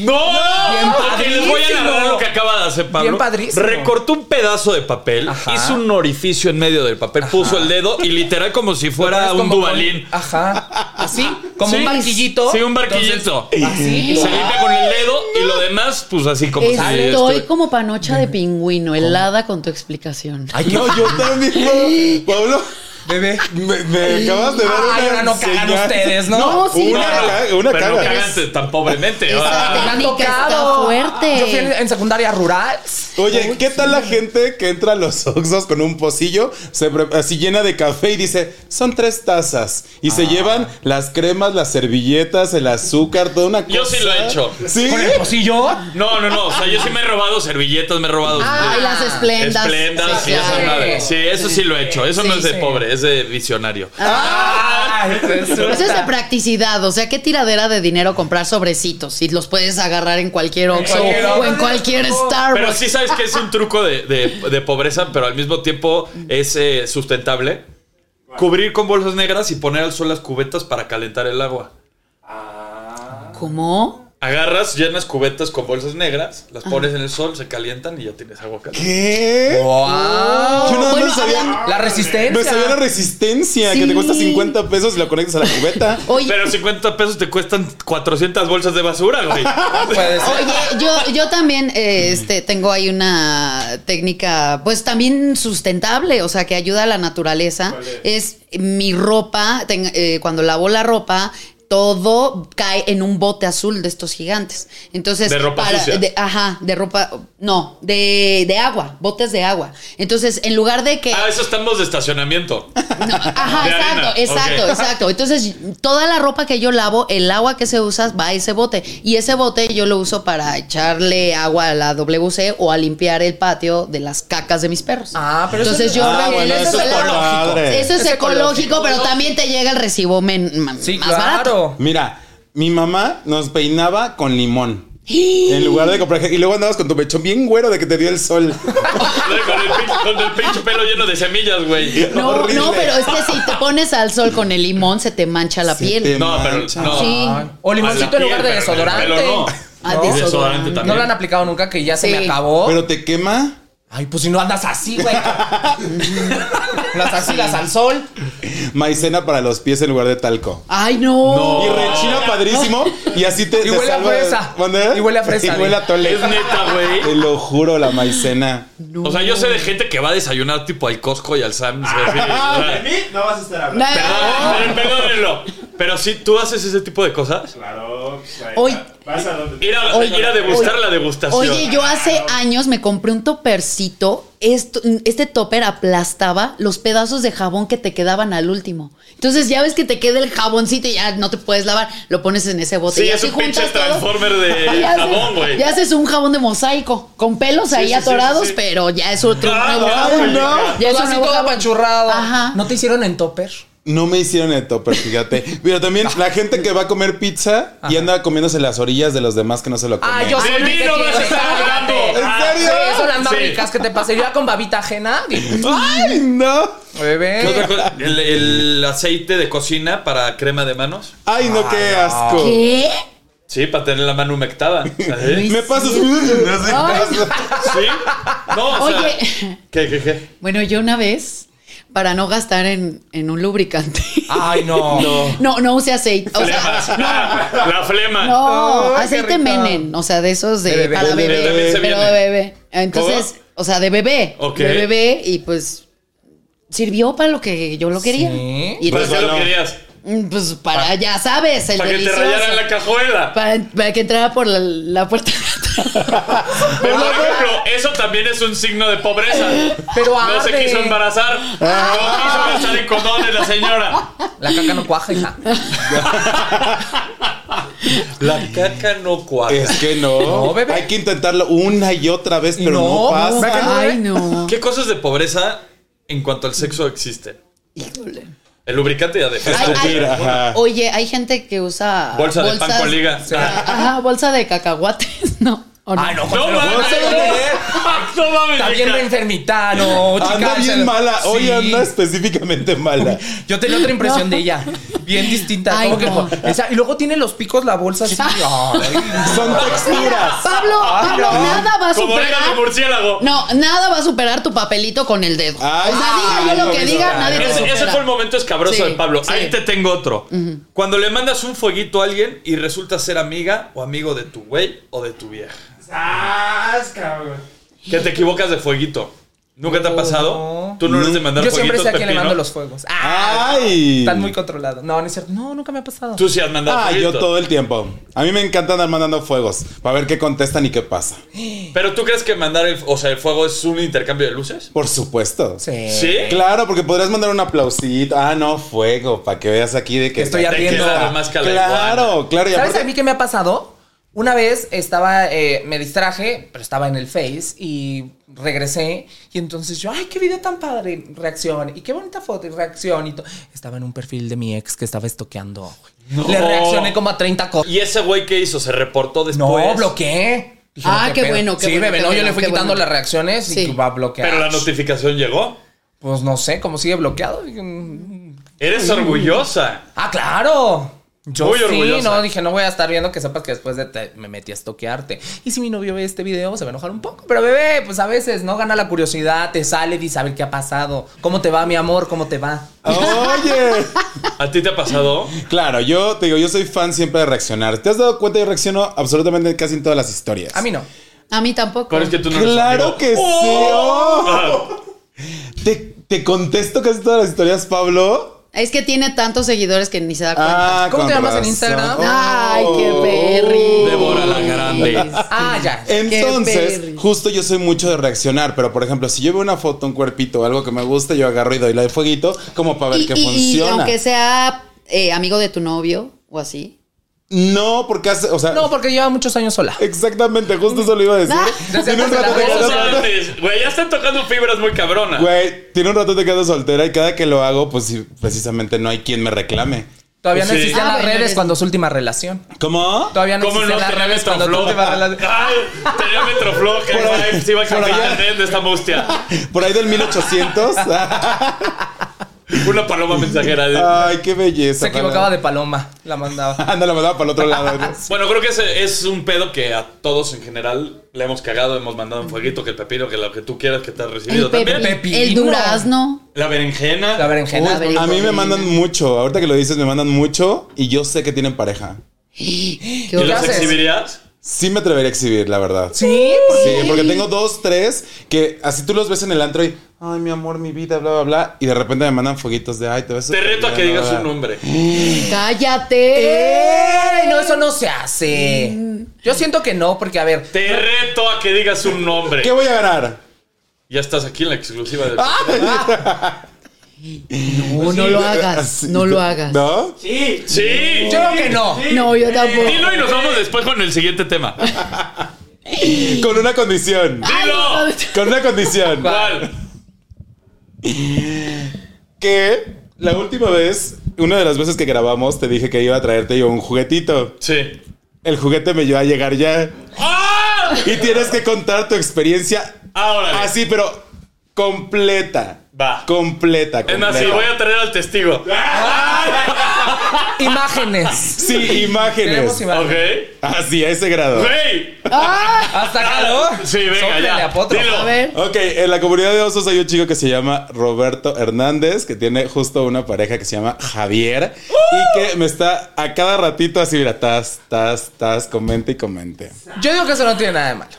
A: ¡No!
B: Bien
A: Porque les voy a narrar
B: padrísimo.
A: lo que acaba de hacer Pablo.
B: Bien padrísimo.
A: Recortó un pedazo de papel,
B: Ajá.
A: hizo un orificio en medio del papel, puso el dedo y literal como si fuera
B: Pones
A: un
B: como
A: dubalín.
B: con- Ah, Ajá. Así, como
A: Sí,
B: un barquillito.
A: Sí, un
B: Entonces,
A: barquillito.
B: así.
A: se limpia con el dedo y lo demás, pues así como sale.
C: Estoy como panocha de pingüino, helada con tu explicación.
D: Ay, no, yo también. no. Pablo,
B: Bebé.
D: me, me acabas de dar
B: Ay,
D: una
B: ahora no cagan
D: señal.
B: ustedes, ¿no?
C: No, sí,
D: una
C: no.
D: caga, una
A: Pero no
D: caga.
A: cagaste tan pobremente.
C: Esa
A: ah.
B: Me han
C: técnica está
B: tocado. Yo fui en,
C: fuerte.
B: en secundaria rural.
D: Oye, ¿qué tal la gente que entra a los Oxxos con un pocillo, se pre- así llena de café y dice, son tres tazas? Y
B: Ah.
D: se llevan las cremas, las servilletas, el azúcar, toda una cosa.
A: Yo sí lo he hecho.
D: ¿Sí?
B: Con el pocillo.
A: No, no, no. O sea, yo sí me he robado servilletas, me he robado. este,
C: Ay, las esplendas.
A: Esplendas
C: Sí,
A: y esas
C: claro.
A: madres. Sí, eso sí lo he hecho. Eso
C: Sí,
A: no es de
B: sí.
A: pobre, es de diccionario.
C: ah, Eso es de practicidad, o sea, qué tiradera de dinero comprar sobrecitos y los puedes agarrar en cualquier Oxxo
B: cualquier
C: o en
B: Oxxo.
C: cualquier
A: Pero
C: Starbucks.
A: sí sabes que es un truco de, de- de pobreza, pero al mismo tiempo es eh, sustentable. Cubrir con bolsas negras y poner al sol las cubetas para calentar el agua.
C: ¿Cómo?
A: Agarras, llenas cubetas con bolsas negras, las pones en el sol, se calientan y ya tienes agua caliente.
D: ¿Qué? Yo nada
C: Bueno,
D: más sabía,
C: hablando-
B: La resistencia.
D: me sabía la resistencia que
C: Sí.
D: te cuesta 50 pesos y la conectas a la cubeta.
C: Oye,
A: Pero 50 pesos te cuestan 400 bolsas de basura, güey.
B: Puede ser.
C: Oye, yo, yo también eh, este, tengo ahí una técnica, pues también sustentable, o sea, que ayuda a la naturaleza. Es? mi ropa, ten- eh, cuando lavo la ropa. Todo cae en un bote azul de estos gigantes. Entonces,
A: De ropa sucia.
C: de- ajá, de ropa, no, de, de agua, botes de agua. Entonces, en lugar de que
A: Ah, eso estamos de estacionamiento.
C: no, ajá,
A: De
C: exacto,
A: arena,
C: exacto,
A: ok.
C: exacto. Entonces, toda la ropa que yo lavo, el agua que se usa va a ese bote. Y ese bote yo lo uso para echarle agua a la WC o a limpiar el patio de las cacas de mis perros.
B: Ah, pero eso
C: Entonces
B: no-
C: yo
B: Ah,
C: regreso
B: bueno, eso
C: el
B: es
C: agua.
B: ecológico.
D: padre.
C: Eso es,
B: Es
C: ecológico,
B: ecológico.
C: pero también te llega el recibo men- ma-
B: Sí,
C: más barato.
B: claro.
D: Mira, mi mamá nos peinaba con limón. En lugar de comprar gel. Y luego andabas con tu pechón bien güero de que te dio el sol.
A: con, el pinche, con el pinche pelo lleno de semillas, güey.
C: No,
D: Horrible.
C: no, pero es que si te pones al sol con el limón se te mancha la piel.
D: te-
A: No, pero
D: mancha.
A: no.
C: Sí.
B: O
A: A
B: limoncito
A: la
B: en lugar de
A: piel, pero en el
B: desodorante.
A: pelo no.
C: Ah,
B: ¿No?
A: desodorante también.
B: No lo han aplicado nunca, que ya se
C: Sí.
B: me acabó.
D: Pero te quema.
B: Ay, pues si no andas así, güey. las axilas al sol.
D: Maicena para los pies en lugar de talco.
C: Ay, no.
D: Y rechina padrísimo. Y así te.
B: Oh. Y
D: te
B: huele a
D: salva de-
B: fresa.
D: ¿Mande?
B: Y huele a fresa,
D: Y huele a tole.
A: Es neta, güey.
D: Te lo juro, la maicena.
A: O sea, yo sé de gente que va a desayunar tipo al Costco y al Sam's. güey.
E: Ah, De mí no vas a estar hablando.
A: Perdón,
C: Nah.
A: perdónenlo. Pero si tú haces ese tipo de cosas,
E: Claro. pues, ahí
C: Hoy-
E: va. Vas a donde
A: ir a,
C: Oye,
A: ir a degustar
C: oye.
A: la degustación.
C: Oye, yo hace años me compré un topercito. Esto, este topper aplastaba los pedazos de jabón que te quedaban al último. Entonces ya ves que te queda el jaboncito y ya no te puedes lavar. Lo pones en ese bote.
A: sí,
C: y
A: es
C: así
A: un pinche
C: juntas todo.
A: transformer
C: Y
A: de
C: haces-
A: jabón, güey.
C: Y haces un jabón de mosaico con pelos ahí
A: sí, sí,
C: atorados,
A: sí, sí.
C: pero ya es otro
A: Ah,
C: nuevo
A: no,
C: jabón.
A: no.
C: Ya
B: Todo
C: es un
B: Pues así
C: nuevo
B: todo
C: jabón.
B: panchurrado.
C: Ajá.
B: ¿No te hicieron en topper?
D: No me hicieron el topper, fíjate. Pero también la gente que va a comer pizza y anda comiéndose las orillas de los demás que no se lo comen.
A: sé.
B: soy
A: De mí
B: el que
A: no
B: quiero.
A: Ah, vas a estar hablando. Ah,
D: ¿En
B: Sí,
D: serio?
B: son las más
A: Sí.
B: ricas que te pasé. Yo ya con babita ajena. digo,
D: ¡Ay, no!
A: ¿Qué otra
B: Bebé.
A: cosa? El, el aceite de cocina para crema de manos.
D: ¡Ay, no, qué asco!
C: ¿Qué?
A: Sí, para tener la mano humectada. ¿Sí?
D: Me pasas. Me hace caso.
A: ¿Sí? No, o sea,
C: Oye.
A: ¿Qué, qué, qué?
C: Bueno, yo una vez, para no gastar en, en un lubricante.
A: Ah.
B: Ay, no.
C: No, no usé aceite. O sea,
A: Flema. La flema.
C: No,
B: Ay, qué
C: aceite
B: rico.
C: menen, o sea, de esos de,
B: De bebé.
C: para
D: De
C: bebé,
A: bebé se
C: pero
A: viene.
C: de bebé. Entonces, o sea, de bebé,
A: Ok.
C: de bebé y pues sirvió para lo que yo lo quería.
B: Sí.
C: Y
A: ¿Para
C: entonces,
A: qué Pues lo
D: no.
A: querías?
C: mm, pues para ya sabes, el
A: Para que te
C: delicioso.
A: rayaran la cajuela.
C: para, para que entrara por la, la puerta. de atrás.
A: Pero, por ejemplo, eso también es un signo de pobreza.
B: Pero
A: No se
B: arde.
A: quiso embarazar. No
C: Ah.
A: quiso gastar en condones la señora.
B: La caca no cuaja, hija.
A: La caca no cuadra.
D: Es que no.
B: No, bebé.
D: Hay que intentarlo una y otra vez, pero no,
B: No,
D: pasa.
B: bebé.
C: Ay, no.
A: ¿Qué cosas de pobreza en cuanto al sexo existen?
C: Híjole.
A: El lubricante ya dejaste.
C: Ay,
A: de
C: ay,
A: decir.
D: ajá.
C: oye, hay gente que usa
A: Bolsa de pan
C: bolsas-
A: con liga.
C: Ajá, bolsa de cacahuates, no. ¿o no?
B: Ay, no,
A: No
B: José, lo
A: mames.
B: puedo hacer,
A: No mames,
B: Está bien
A: hija.
B: enfermita, no, chica.
D: Anda
B: o sea,
D: bien mala. Hoy
B: sí.
D: anda específicamente mala.
B: Yo tenía otra impresión de ella, bien distinta.
C: Ay,
B: como
C: no.
B: que, esa- y luego tiene los picos la bolsa así. Ay,
D: Son texturas.
C: Pablo, Pablo, nada va a
A: Ah, Como
C: superar.
A: orejas de murciélago.
C: No, nada va a superar tu papelito con el dedo.
D: Ay,
C: o sea, diga yo
D: Ah, ay,
C: lo que
D: no,
C: diga,
D: no,
C: nadie te
A: Ese,
C: supera.
A: ese fue el momento escabroso
C: Sí,
A: de Pablo.
C: sí.
A: Ahí te tengo otro. Cuando le mandas un fueguito a alguien y resulta ser amiga o amigo de tu güey o de tu vieja.
E: ¡Sas, Ah, cabrón!
A: Que te equivocas de fueguito. ¿Nunca te
C: Oh,
A: ha pasado? Tú no eres de mandar
B: Yo siempre
A: fueguitos,
B: sé a quién le
A: Pepino?
B: mando los fuegos. Ah,
D: Ay.
B: Están muy controlados. No, no es cierto. No, nunca me ha pasado.
A: Tú sí has mandado
D: Ah, yo
A: fueguitos.
D: todo el tiempo. A mí me encanta andar mandando fuegos para ver qué contestan y qué pasa.
A: Pero tú crees que mandar el, o sea, el fuego es un intercambio de luces?
D: Por supuesto.
B: Sí.
A: Sí.
D: Claro, porque podrías mandar un aplausito. Ah, no, fuego, para que veas aquí de que
B: Estoy
A: Te
B: ardiendo.
A: queda de más que a la
D: Claro, claro. Y
B: ¿Sabes
D: aparte-
B: a mí qué me ha pasado? Una vez estaba, eh, me distraje, pero estaba en el Face y regresé y entonces yo, ay, qué video tan padre, reacción y qué bonita foto y reacción y todo. Estaba en un perfil de mi ex que estaba estoqueando.
A: No.
B: Le reaccioné como a 30 cosas.
A: ¿Y ese güey qué hizo? ¿Se reportó
B: No,
A: después?
B: bloqueé. Dije, no,
C: Ah, qué
B: pedo.
C: bueno, qué
B: sí,
C: bueno,
B: bebé,
C: qué
B: no, yo
C: bueno,
B: le fui
C: qué
B: quitando
C: bueno.
B: las reacciones
C: Sí.
B: y tú va a bloquear.
A: Pero la notificación llegó.
B: Pues no sé, como sigue bloqueado. Dije, mm,
A: Eres orgullosa.
B: Ah, claro. Yo
A: Muy
B: sí,
A: orgullosa.
B: no, dije, no voy a estar viendo que sepas que después de te- me metí a estoquearte. Y si mi novio ve este video, se va a enojar un poco. Pero bebé, pues a veces no gana la curiosidad, te sale y saber qué ha pasado. ¿Cómo te va, mi amor? ¿Cómo te va?
D: Oye.
A: ¿A ti te ha pasado?
D: Claro, yo te digo, yo soy fan siempre de reaccionar. ¿Te has dado cuenta? Yo reacciono absolutamente casi en todas las historias.
B: A mí no.
C: A mí tampoco.
A: Pero es que tú no eres
D: Claro
A: amigo.
D: que sí. Oh.
A: Ah,
D: Te, te contesto casi todas las historias, Pablo.
C: Es que tiene tantos seguidores que ni se da cuenta.
D: Ah,
B: ¿Cómo
D: con
B: te llamas en
D: razón.
B: Instagram?
C: Ay, qué
D: Oh.
C: perri.
A: Débora la grande.
B: Ah, ya.
C: Qué
D: Entonces,
C: perri.
D: justo yo soy mucho de reaccionar, pero por ejemplo, si yo veo una foto, un cuerpito o algo que me gusta, yo agarro y doy la de fueguito como para ver
C: Y,
D: qué
C: y- y
D: funciona.
C: aunque sea eh, amigo de tu novio o así.
D: No, porque hace, o sea,
B: No, porque lleva muchos años sola.
D: exactamente, justo eso lo iba a decir.
C: Ah.
D: Tiene un rato de
A: O
D: que-
A: sea, antes, Güey, ya están tocando fibras muy cabronas.
D: Güey, tiene un rato te quedo soltera y cada que lo hago, pues sí, precisamente no hay quien me reclame.
B: Todavía no
A: Sí.
B: existían
C: Ah,
B: las
C: bueno,
B: redes
C: eres-
B: cuando su última relación.
D: ¿Cómo?
B: Todavía no
A: ¿Cómo no
B: existían las
A: tenía
B: redes cuando tu
A: Metroflog?
B: última relación.
A: Ay, tenía Metroflog.
D: Por ahí-
A: ay, Se iba a
D: por
A: cambiar
D: allá.
A: internet de esta mustia.
D: Por ahí del 1800.
A: Una paloma mensajera. de-
D: Ay, qué belleza.
B: Se equivocaba de paloma, la mandaba.
D: Anda, la mandaba para el otro lado. ¿no?
A: Bueno, creo que ese es un pedo que a todos en general le hemos cagado, hemos mandado un fueguito, que el pepino, que lo que tú quieras que te has recibido
C: El,
A: también.
C: pepi-
B: Pepino.
C: el durazno.
A: La berenjena.
B: La berenjena.
C: Uy,
D: A mí me mandan mucho. Ahorita que lo dices, me mandan mucho y yo sé que tienen pareja.
C: ¿Qué
A: ¿Y
B: ¿Qué
A: los
B: haces?
A: exhibirías?
D: Sí me atrevería a exhibir, la verdad.
B: Sí, porque-
D: Sí, porque tengo dos, tres que así tú los ves en el antro y, ay, mi amor, mi vida, bla, bla, bla. Y de repente me mandan fueguitos de, ay, te ves.
A: Te reto a que digas un nombre.
C: Cállate.
B: ¡Ey! No, eso no se hace. Yo siento que no, porque a ver.
A: Te reto a que digas un nombre.
D: ¿Qué ¡Ah! voy a ganar?
A: Ya estás aquí en la exclusiva del.
C: No, no lo hagas. No lo hagas.
D: ¿No?
E: Sí.
A: ¡Sí!
B: Yo creo que no.
C: No, yo tampoco.
A: Dilo y nos vamos después con el siguiente tema.
D: Con una condición.
C: Ay,
A: Dilo.
C: no.
D: Con una condición.
A: ¿Cuál?
D: Que la última vez, una de las veces que grabamos, te dije que iba a traerte yo un juguetito.
A: Sí.
D: El juguete me lleva a llegar ya.
A: ¡Ah!
D: Y tienes que contar tu experiencia
A: Ahora.
D: así, pero completa.
A: Va.
D: Completa,
A: Es
D: completa.
A: más, sí, voy a traer al testigo.
B: Imágenes.
D: Sí, imágenes.
B: Tenemos imágenes.
A: Ok.
D: Así, a ese grado.
A: ¡Güey!
B: Hasta calor.
A: Sí, venga,
B: Sóplale
A: ya.
B: a potro.
A: Dilo.
C: A ver.
D: Ok, en la comunidad de osos hay un chico que se llama Roberto Hernández, que tiene justo una pareja que se llama Javier y que me está a cada ratito así, mira, tas, tas, tas, comente y comente.
B: Yo digo que eso no tiene nada de malo.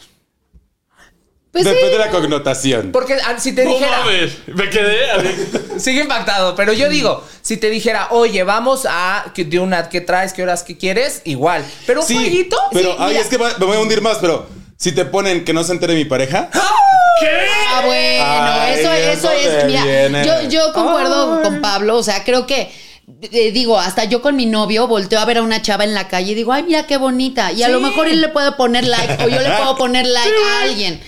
C: Pues sí.
D: Depende de la connotación.
B: Porque ah, si te
A: No
B: dijera.
A: mames. Me quedé. a ver.
B: Sigue impactado, pero yo digo, si te dijera, oye, vamos a que de una que traes, qué horas que quieres, igual. Pero un
D: Sí,
B: jueguito,
D: Pero,
B: sí,
D: ay,
B: mira.
D: es que va- me voy a hundir más, pero si te ponen que no se entere mi pareja,
A: ¿Qué?
C: Ah, bueno,
D: Ay,
C: eso,
D: eso
C: eso
D: te
C: es. Mira,
D: viene.
C: yo, yo concuerdo con Pablo, o sea, creo que. eh, digo, hasta yo con mi novio volteo a ver a una chava en la calle y digo, ay, mira qué bonita. Y a lo mejor él le puede poner like o yo le puedo poner like a alguien.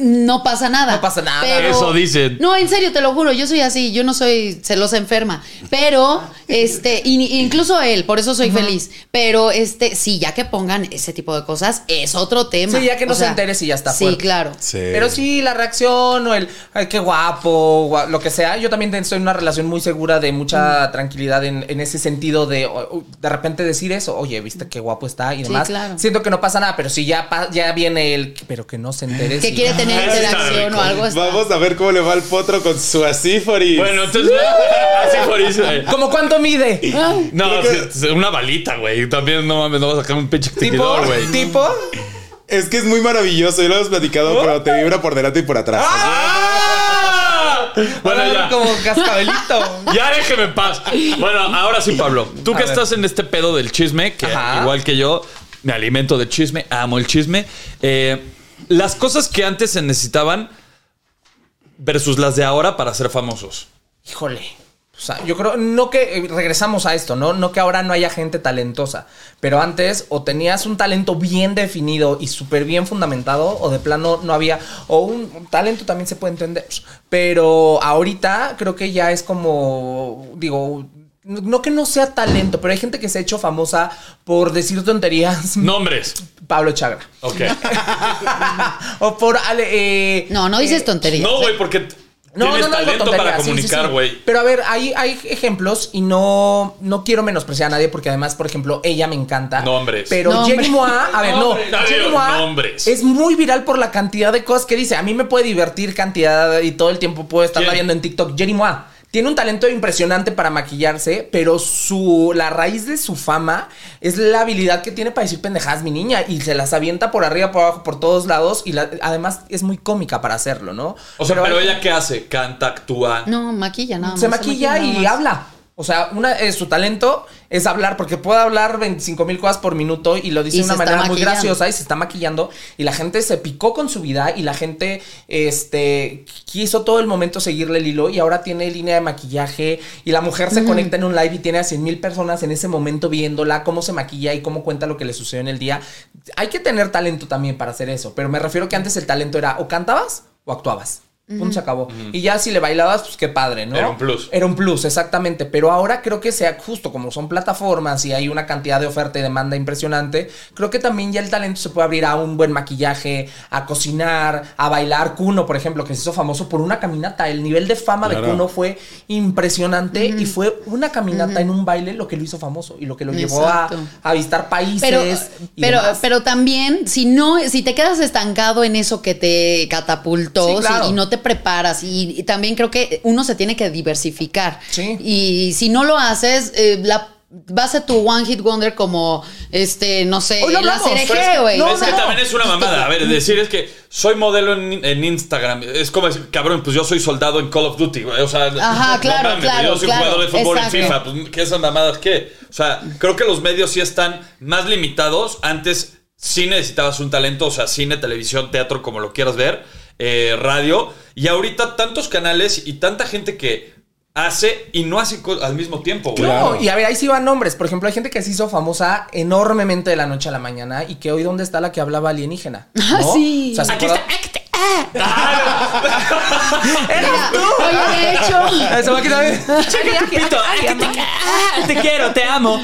C: No pasa nada.
B: No pasa nada.
A: Eso dicen.
C: No, en serio, te lo juro, yo soy así, yo no soy celosa enferma. Pero, este, in- incluso él, por eso soy feliz. Pero, este, sí, ya que pongan ese tipo de cosas, es otro tema.
B: Sí, ya que no
C: O
B: se entere si ya está
C: Sí,
B: fuerte.
C: claro.
D: Sí.
A: Este,
B: Pero sí, la reacción o el, ay, qué guapo, gua- lo que sea. Yo también estoy en una relación muy segura de mucha tranquilidad en, en ese sentido de o- o de repente decir eso, oye, viste qué guapo está y demás.
C: claro.
B: Siento que no pasa nada, pero si ya, pa- ya viene el, pero que no se entere.
C: Que
B: si-
C: quiere tener
A: Ah, está
C: interacción
A: rico.
C: o algo así.
D: vamos a ver cómo le va al potro con su asíforis.
A: Bueno, entonces. Así por eso.
B: ¿Cómo cuánto mide?
A: No, sí, una balita, güey. También no mames, no vas a sacar un pinche
B: ¿Tipo?
A: extinguidor, güey.
B: ¿Tipo?
D: es que es muy maravilloso, yo lo hemos platicado, pero te vibra por delante y por atrás.
A: ¡Ah! Bueno,
B: Ahora
A: ya.
B: Como cascabelito.
A: Ya déjeme en paz. Bueno, ahora sí, Pablo. Tú
B: A
A: que
B: ver.
A: estás en este pedo del chisme, que
B: Ajá.
A: igual que yo, me alimento de chisme, amo el chisme. eh, las cosas que antes se necesitaban versus las de ahora para ser famosos.
B: Híjole. O sea, yo creo, no que eh, regresamos a esto, ¿no? No que ahora no haya gente talentosa, pero antes o tenías un talento bien definido y súper bien fundamentado, o de plano no había, o un, un talento también se puede entender, pero ahorita creo que ya es como, digo, no que no sea talento, pero hay gente que se ha hecho famosa por decir tonterías.
A: Nombres.
B: Pablo Chagra.
A: Ok.
B: o por... Ale, eh,
C: No, no dices tonterías.
A: No, güey, porque t- tienes
B: no, no, no, digo
A: talento
B: tonterías,
A: para
B: sí, sí,
A: comunicar,
B: sí.
A: güey.
B: Pero a ver, hay, hay ejemplos y no, no quiero menospreciar a nadie porque además, por ejemplo, ella me encanta.
A: Nombres.
B: Pero
C: Nombres.
B: Jenny Moa, a ver,
A: Nombres.
B: no. Jenny
A: Adiós,
B: Moa
A: nombres.
B: es muy viral por la cantidad de cosas que dice. A mí me puede divertir cantidad y todo el tiempo puedo estarla
A: ¿Quién?
B: viendo en TikTok. Jenny Moa. Tiene un talento impresionante para maquillarse, pero su la raíz de su fama es la habilidad que tiene para decir pendejadas, mi niña, y se las avienta por arriba, por abajo, por todos lados, y la- además es muy cómica para hacerlo, ¿no?
A: O sea,
B: hay
A: pero,
B: gente-
A: ella qué hace? Canta, actúa.
C: No, maquilla nada más.
B: se maquilla
C: nada
B: y
C: más.
B: habla. O sea, una, eh, su talento es hablar, porque puede hablar 25 mil cosas por minuto y lo dice
C: Y
B: de una
C: se está
B: manera muy
C: maquillando.
B: graciosa y se está maquillando. Y la gente se picó con su vida y la gente este, quiso todo el momento seguirle el hilo y ahora tiene línea de maquillaje. Y la mujer se conecta en un live y tiene a 100 mil personas en ese momento viéndola, cómo se maquilla y cómo cuenta lo que le sucedió en el día. Hay que tener talento también para hacer eso, pero me refiero que antes el talento era o cantabas o actuabas. Punto, se acabó. Y ya si le bailabas, pues qué padre, ¿no?
A: Era un plus.
B: Era un plus, exactamente. Pero ahora creo que sea justo como son plataformas y hay una cantidad de oferta y demanda impresionante. Creo que también ya el talento se puede abrir a un buen maquillaje, a cocinar, a bailar. Kuno, por ejemplo, que se hizo famoso por una caminata. El nivel de fama de
D: Claro.
B: Kuno fue impresionante y fue una caminata en un baile lo que lo hizo famoso y lo que lo llevó a,
C: Exacto.
B: a visitar países.
C: Pero,
B: y
C: pero,
B: demás.
C: pero también, si no, si te quedas estancado en eso que te catapultó
B: Sí,
C: si-
B: claro.
C: y no te preparas, y, y también creo que uno se tiene que diversificar.
B: Sí.
C: Y si no lo haces, eh, la, va a ser tu one hit wonder como, este, no sé,
B: Hoy lo
C: la
B: hablamos,
C: cereje,
B: pero es que-
C: güey.
B: no,
A: es que
B: no.
A: también es una mamada. A ver, decir es que soy modelo en, en Instagram. Es como decir, cabrón, pues yo soy soldado en Call of Duty, güey. O sea,
C: Ajá,
A: no
C: claro,
A: mames,
C: claro,
A: Yo soy
C: claro.
A: jugador de fútbol
C: Exacto.
A: en FIFA. Pues, ¿Qué esas mamadas qué? O sea, creo que los medios sí están más limitados. Antes sí necesitabas un talento, o sea, cine, televisión, teatro, como lo quieras ver, eh, radio. Y ahorita tantos canales y tanta gente que hace y no hace co- al mismo tiempo, güey.
B: Claro.
D: Claro.
B: y a ver, ahí sí van nombres. Por ejemplo, hay gente que se hizo famosa enormemente de la noche a la mañana y que hoy, ¿dónde está la que hablaba alienígena?
C: Ah,
B: ¿No?
C: sí.
B: O sea, ¿se
A: Aquí
B: acuerdan? Ah.
C: Mira, Oye, de hecho.
B: Eso va aquí también. Ah,
A: te quiero, te amo.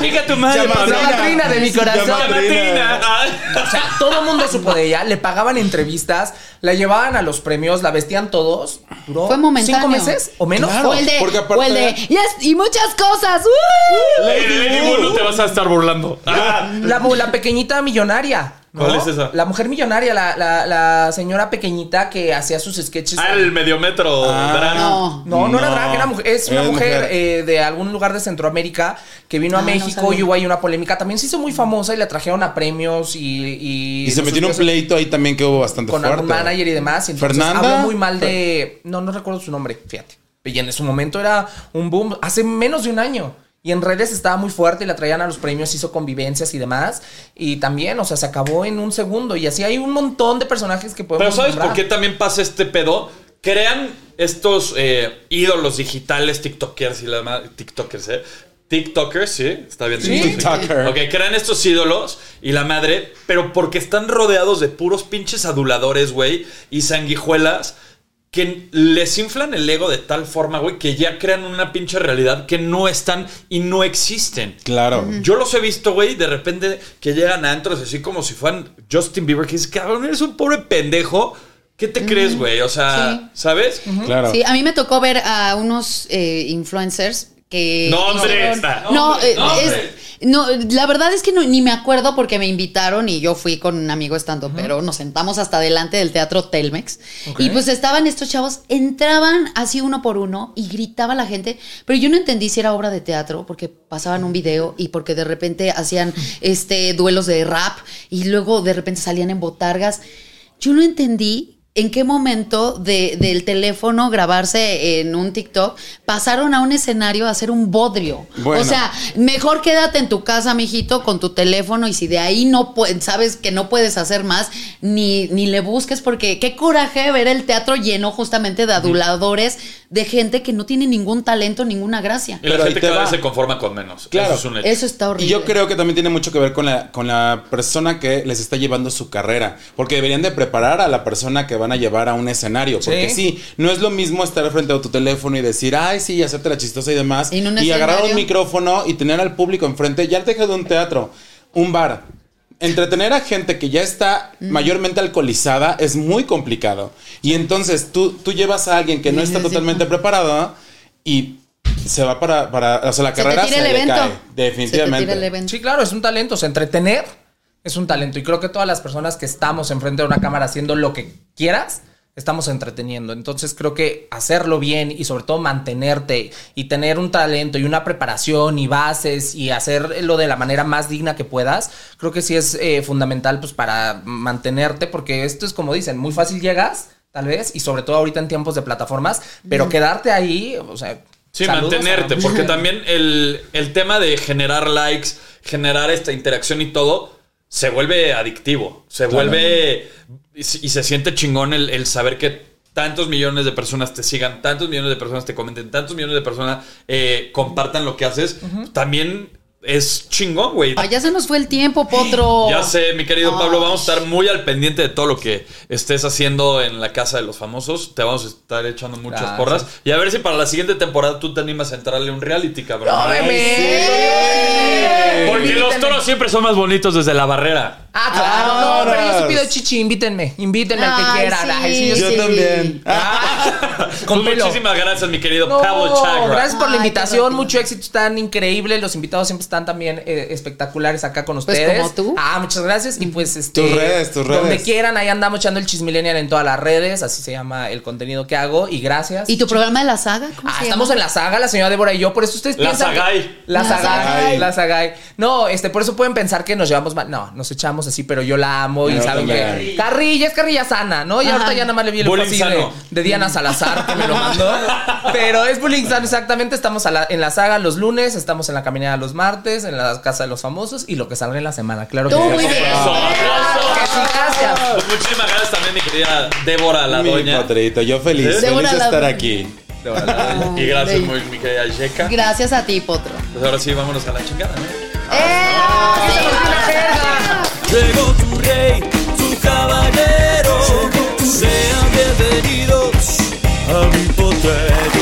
A: Chica tu madre,
D: Llama-
A: Pablo.
B: La madrina de mi corazón.
D: Llama- Madrina.
A: Madrina.
B: O sea, todo el mundo supo de ella, le pagaban entrevistas, la llevaban a los premios, la vestían todos. Duró
C: Fue momentáneo.
B: cinco meses o menos.
D: Claro,
C: o el de,
D: porque
C: o
D: aparte-
C: el de, "Yes, y muchas cosas. ¡uh!
A: Eh, de Lady Wu no te vas a estar burlando. Ah,
B: La, mu- la pequeñita millonaria. ¿no?
A: ¿Cuál es esa?
B: La mujer millonaria, la, la- la señora pequeñita que hacía sus sketches.
A: Al mediometro.
D: Ah.
A: drag.
C: No.
B: No, no, era
D: No.
B: drag, era mujer- es una
D: Era
B: mujer,
D: mujer.
B: eh, de algún lugar de Centroamérica que vino a
C: Ah, no
B: México
C: sabía.
B: y hubo ahí una polémica. También se hizo muy famosa y la trajeron a premios y... Y,
D: Y se
B: los
D: metió en un
B: subió
D: pleito ahí también que hubo bastante
B: Con
D: fuerte.
B: algún manager y demás. Y entonces
D: Fernanda.
B: habló muy mal de... No, no recuerdo su nombre, fíjate. Y en su momento era un boom, hace menos de un año. Y en redes estaba muy fuerte y la traían a los premios, hizo convivencias y demás. Y también, o sea, se acabó en un segundo. Y así hay un montón de personajes que podemos
A: Pero ¿sabes
B: nombrar.
A: por qué también pasa este pedo? Crean estos eh, ídolos digitales, TikTokers y la ma- TikTokers, ¿eh? TikTokers, sí, está bien. dicho,
D: TikToker.
A: Ok, crean estos ídolos y la madre, pero porque están rodeados de puros pinches aduladores, güey, y sanguijuelas que les inflan el ego de tal forma, güey, que ya crean una pinche realidad que no están y no existen.
D: Claro.
A: Yo los he visto, güey, de repente que llegan a antros así como si fueran Justin Bieber, que dices, cabrón, eres un pobre pendejo. ¿Qué te crees, güey? O sea, ¿sabes?
D: Claro.
C: Sí, a mí me tocó ver a unos eh, influencers que...
A: Nombres,
C: hicieron-
A: está.
C: No,
A: Nombres,
C: eh,
A: nombres.
C: es- no, la verdad es que no- ni me acuerdo porque me invitaron y yo fui con un amigo estando, pero nos sentamos hasta delante del teatro Telmex. Y pues estaban estos chavos, entraban así uno por uno y gritaba la gente, pero yo no entendí si era obra de teatro porque pasaban un video y porque de repente hacían este duelos de rap y luego de repente salían en botargas. Yo no entendí en qué momento de- del teléfono grabarse en un TikTok pasaron a un escenario a hacer un bodrio.
D: Bueno.
C: O sea, mejor quédate en tu casa, mijito, con tu teléfono y si de ahí no pue- sabes que no puedes hacer más, ni, ni le busques porque qué coraje ver el teatro lleno justamente de aduladores, de gente que no tiene ningún talento, ninguna gracia.
A: Y la
D: Pero ahí
A: gente
D: te
A: cada
D: va.
A: vez se conforma con menos.
D: Claro.
A: Eso es un hecho.
C: Eso está horrible.
D: Y yo creo que también tiene mucho que ver con la, con la persona que les está llevando su carrera. Porque deberían de preparar a la persona que van a llevar a un escenario. Porque
B: Sí.
D: sí, no es lo mismo estar frente a tu teléfono y decir, ay, sí, y hacerte la chistosa y demás.
C: ¿Y en un
D: y agarrar un
C: escenario?
D: micrófono y tener al público enfrente. Ya te de un teatro, un bar. Entretener a gente que ya está
C: Mm.
D: mayormente alcoholizada es muy complicado. Y entonces tú, tú llevas a alguien que no está
C: Necesita.
D: totalmente preparado y se va para, para o sea, la
C: Se te
D: carrera
C: tira el
D: le
C: evento.
D: cae,
C: Se
D: definitivamente.
C: te tira el evento.
B: Sí, claro, es un talento. O sea, entretener es un talento. Y creo que todas las personas que estamos enfrente de una cámara haciendo lo que quieras, estamos entreteniendo. Entonces creo que hacerlo bien y sobre todo mantenerte y tener un talento y una preparación y bases y hacerlo de la manera más digna que puedas, creo que sí es eh, fundamental pues para mantenerte porque esto es como dicen, muy fácil llegas. Tal vez, y sobre todo ahorita en tiempos de plataformas, pero quedarte ahí, o sea.
A: Sí,
B: saludos a-
A: mantenerte, porque también el, el tema de generar likes, generar esta interacción y todo, se vuelve adictivo, se vuelve y, se- y se siente chingón el, el saber que tantos millones de personas te sigan, tantos millones de personas te comenten, tantos millones de personas eh, compartan lo que haces, también es chingón, güey.
C: Ay, Ah, ya se nos fue el tiempo, Potro.
B: Oh.
A: Ya sé, mi querido Pablo,
C: Ay.
A: vamos a estar muy al pendiente de todo lo que estés haciendo en la casa de los famosos. Te vamos a estar echando muchas
B: Gracias.
A: porras. Y a ver si para la siguiente temporada tú te animas a entrarle un reality, cabrón.
B: ¡Óbeme!
A: Porque los
B: Invítenme.
A: toros siempre son más bonitos desde la barrera.
B: Ah, claro, no,
D: Ahora.
B: pero yo sí pido chichi, invítenme, invítenme al que
C: Ay,
B: quieran. Ay, sí, yo
C: sí.
D: Yo también.
A: Pues
B: con pelo.
A: muchísimas gracias, mi querido
B: No,
A: Pablo Chagra.
B: gracias por la
C: Ay, qué
B: invitación,
C: rápido.
B: mucho éxito, están increíbles, los invitados siempre están también eh, espectaculares acá con
C: Pues,
B: ustedes.
C: como tú.
B: Ah, muchas gracias y pues este
D: Tus redes, tus
B: donde
D: redes.
B: quieran, ahí andamos echando el chismilenial en todas las redes, así se llama el contenido que hago y gracias.
C: ¿Y tu programa de la saga? ¿Cómo
B: Ah,
C: se
B: estamos
C: llama?
B: en la saga, la señora Débora y yo, por eso ustedes
A: La
B: piensan. que-
A: Sagay.
B: La
C: La
B: saga.
D: Sagay.
B: La saga. No, este, por eso pueden pensar que nos llevamos mal. No, nos echamos así, pero yo la amo y
D: Yo
B: saben que.
D: también.
B: Carrilla es carrilla sana, ¿no? Y
C: Ajá.
B: ahorita ya nada más le vi el
A: Bullying
B: fácil de,
A: sano.
B: de Diana Salazar que me lo mandó. pero es bullying sano, exactamente. Estamos a la- en la saga los lunes, estamos en la caminada los martes, en la casa de los famosos y lo que salga en la semana, claro que
C: Tú
B: sí.
C: muy bien.
A: Eso, aplausos.
B: Ah. Que sí, gracias.
A: Pues muchísimas gracias también, mi querida Débora, la
D: Ah, Mi
A: doña.
D: potreito, yo feliz,
A: ¿Eh?
C: Débora
D: feliz de
C: la
D: estar
C: doña.
D: aquí.
A: Y gracias,
C: Ay,
A: muy, mi querida Yeka.
C: Gracias a ti, Potro.
A: Pues ahora sí, vámonos a la chingada, ¿no?
B: Eh,
F: Llegó tu rey, tu caballero. Sean bienvenidos a mi potrero.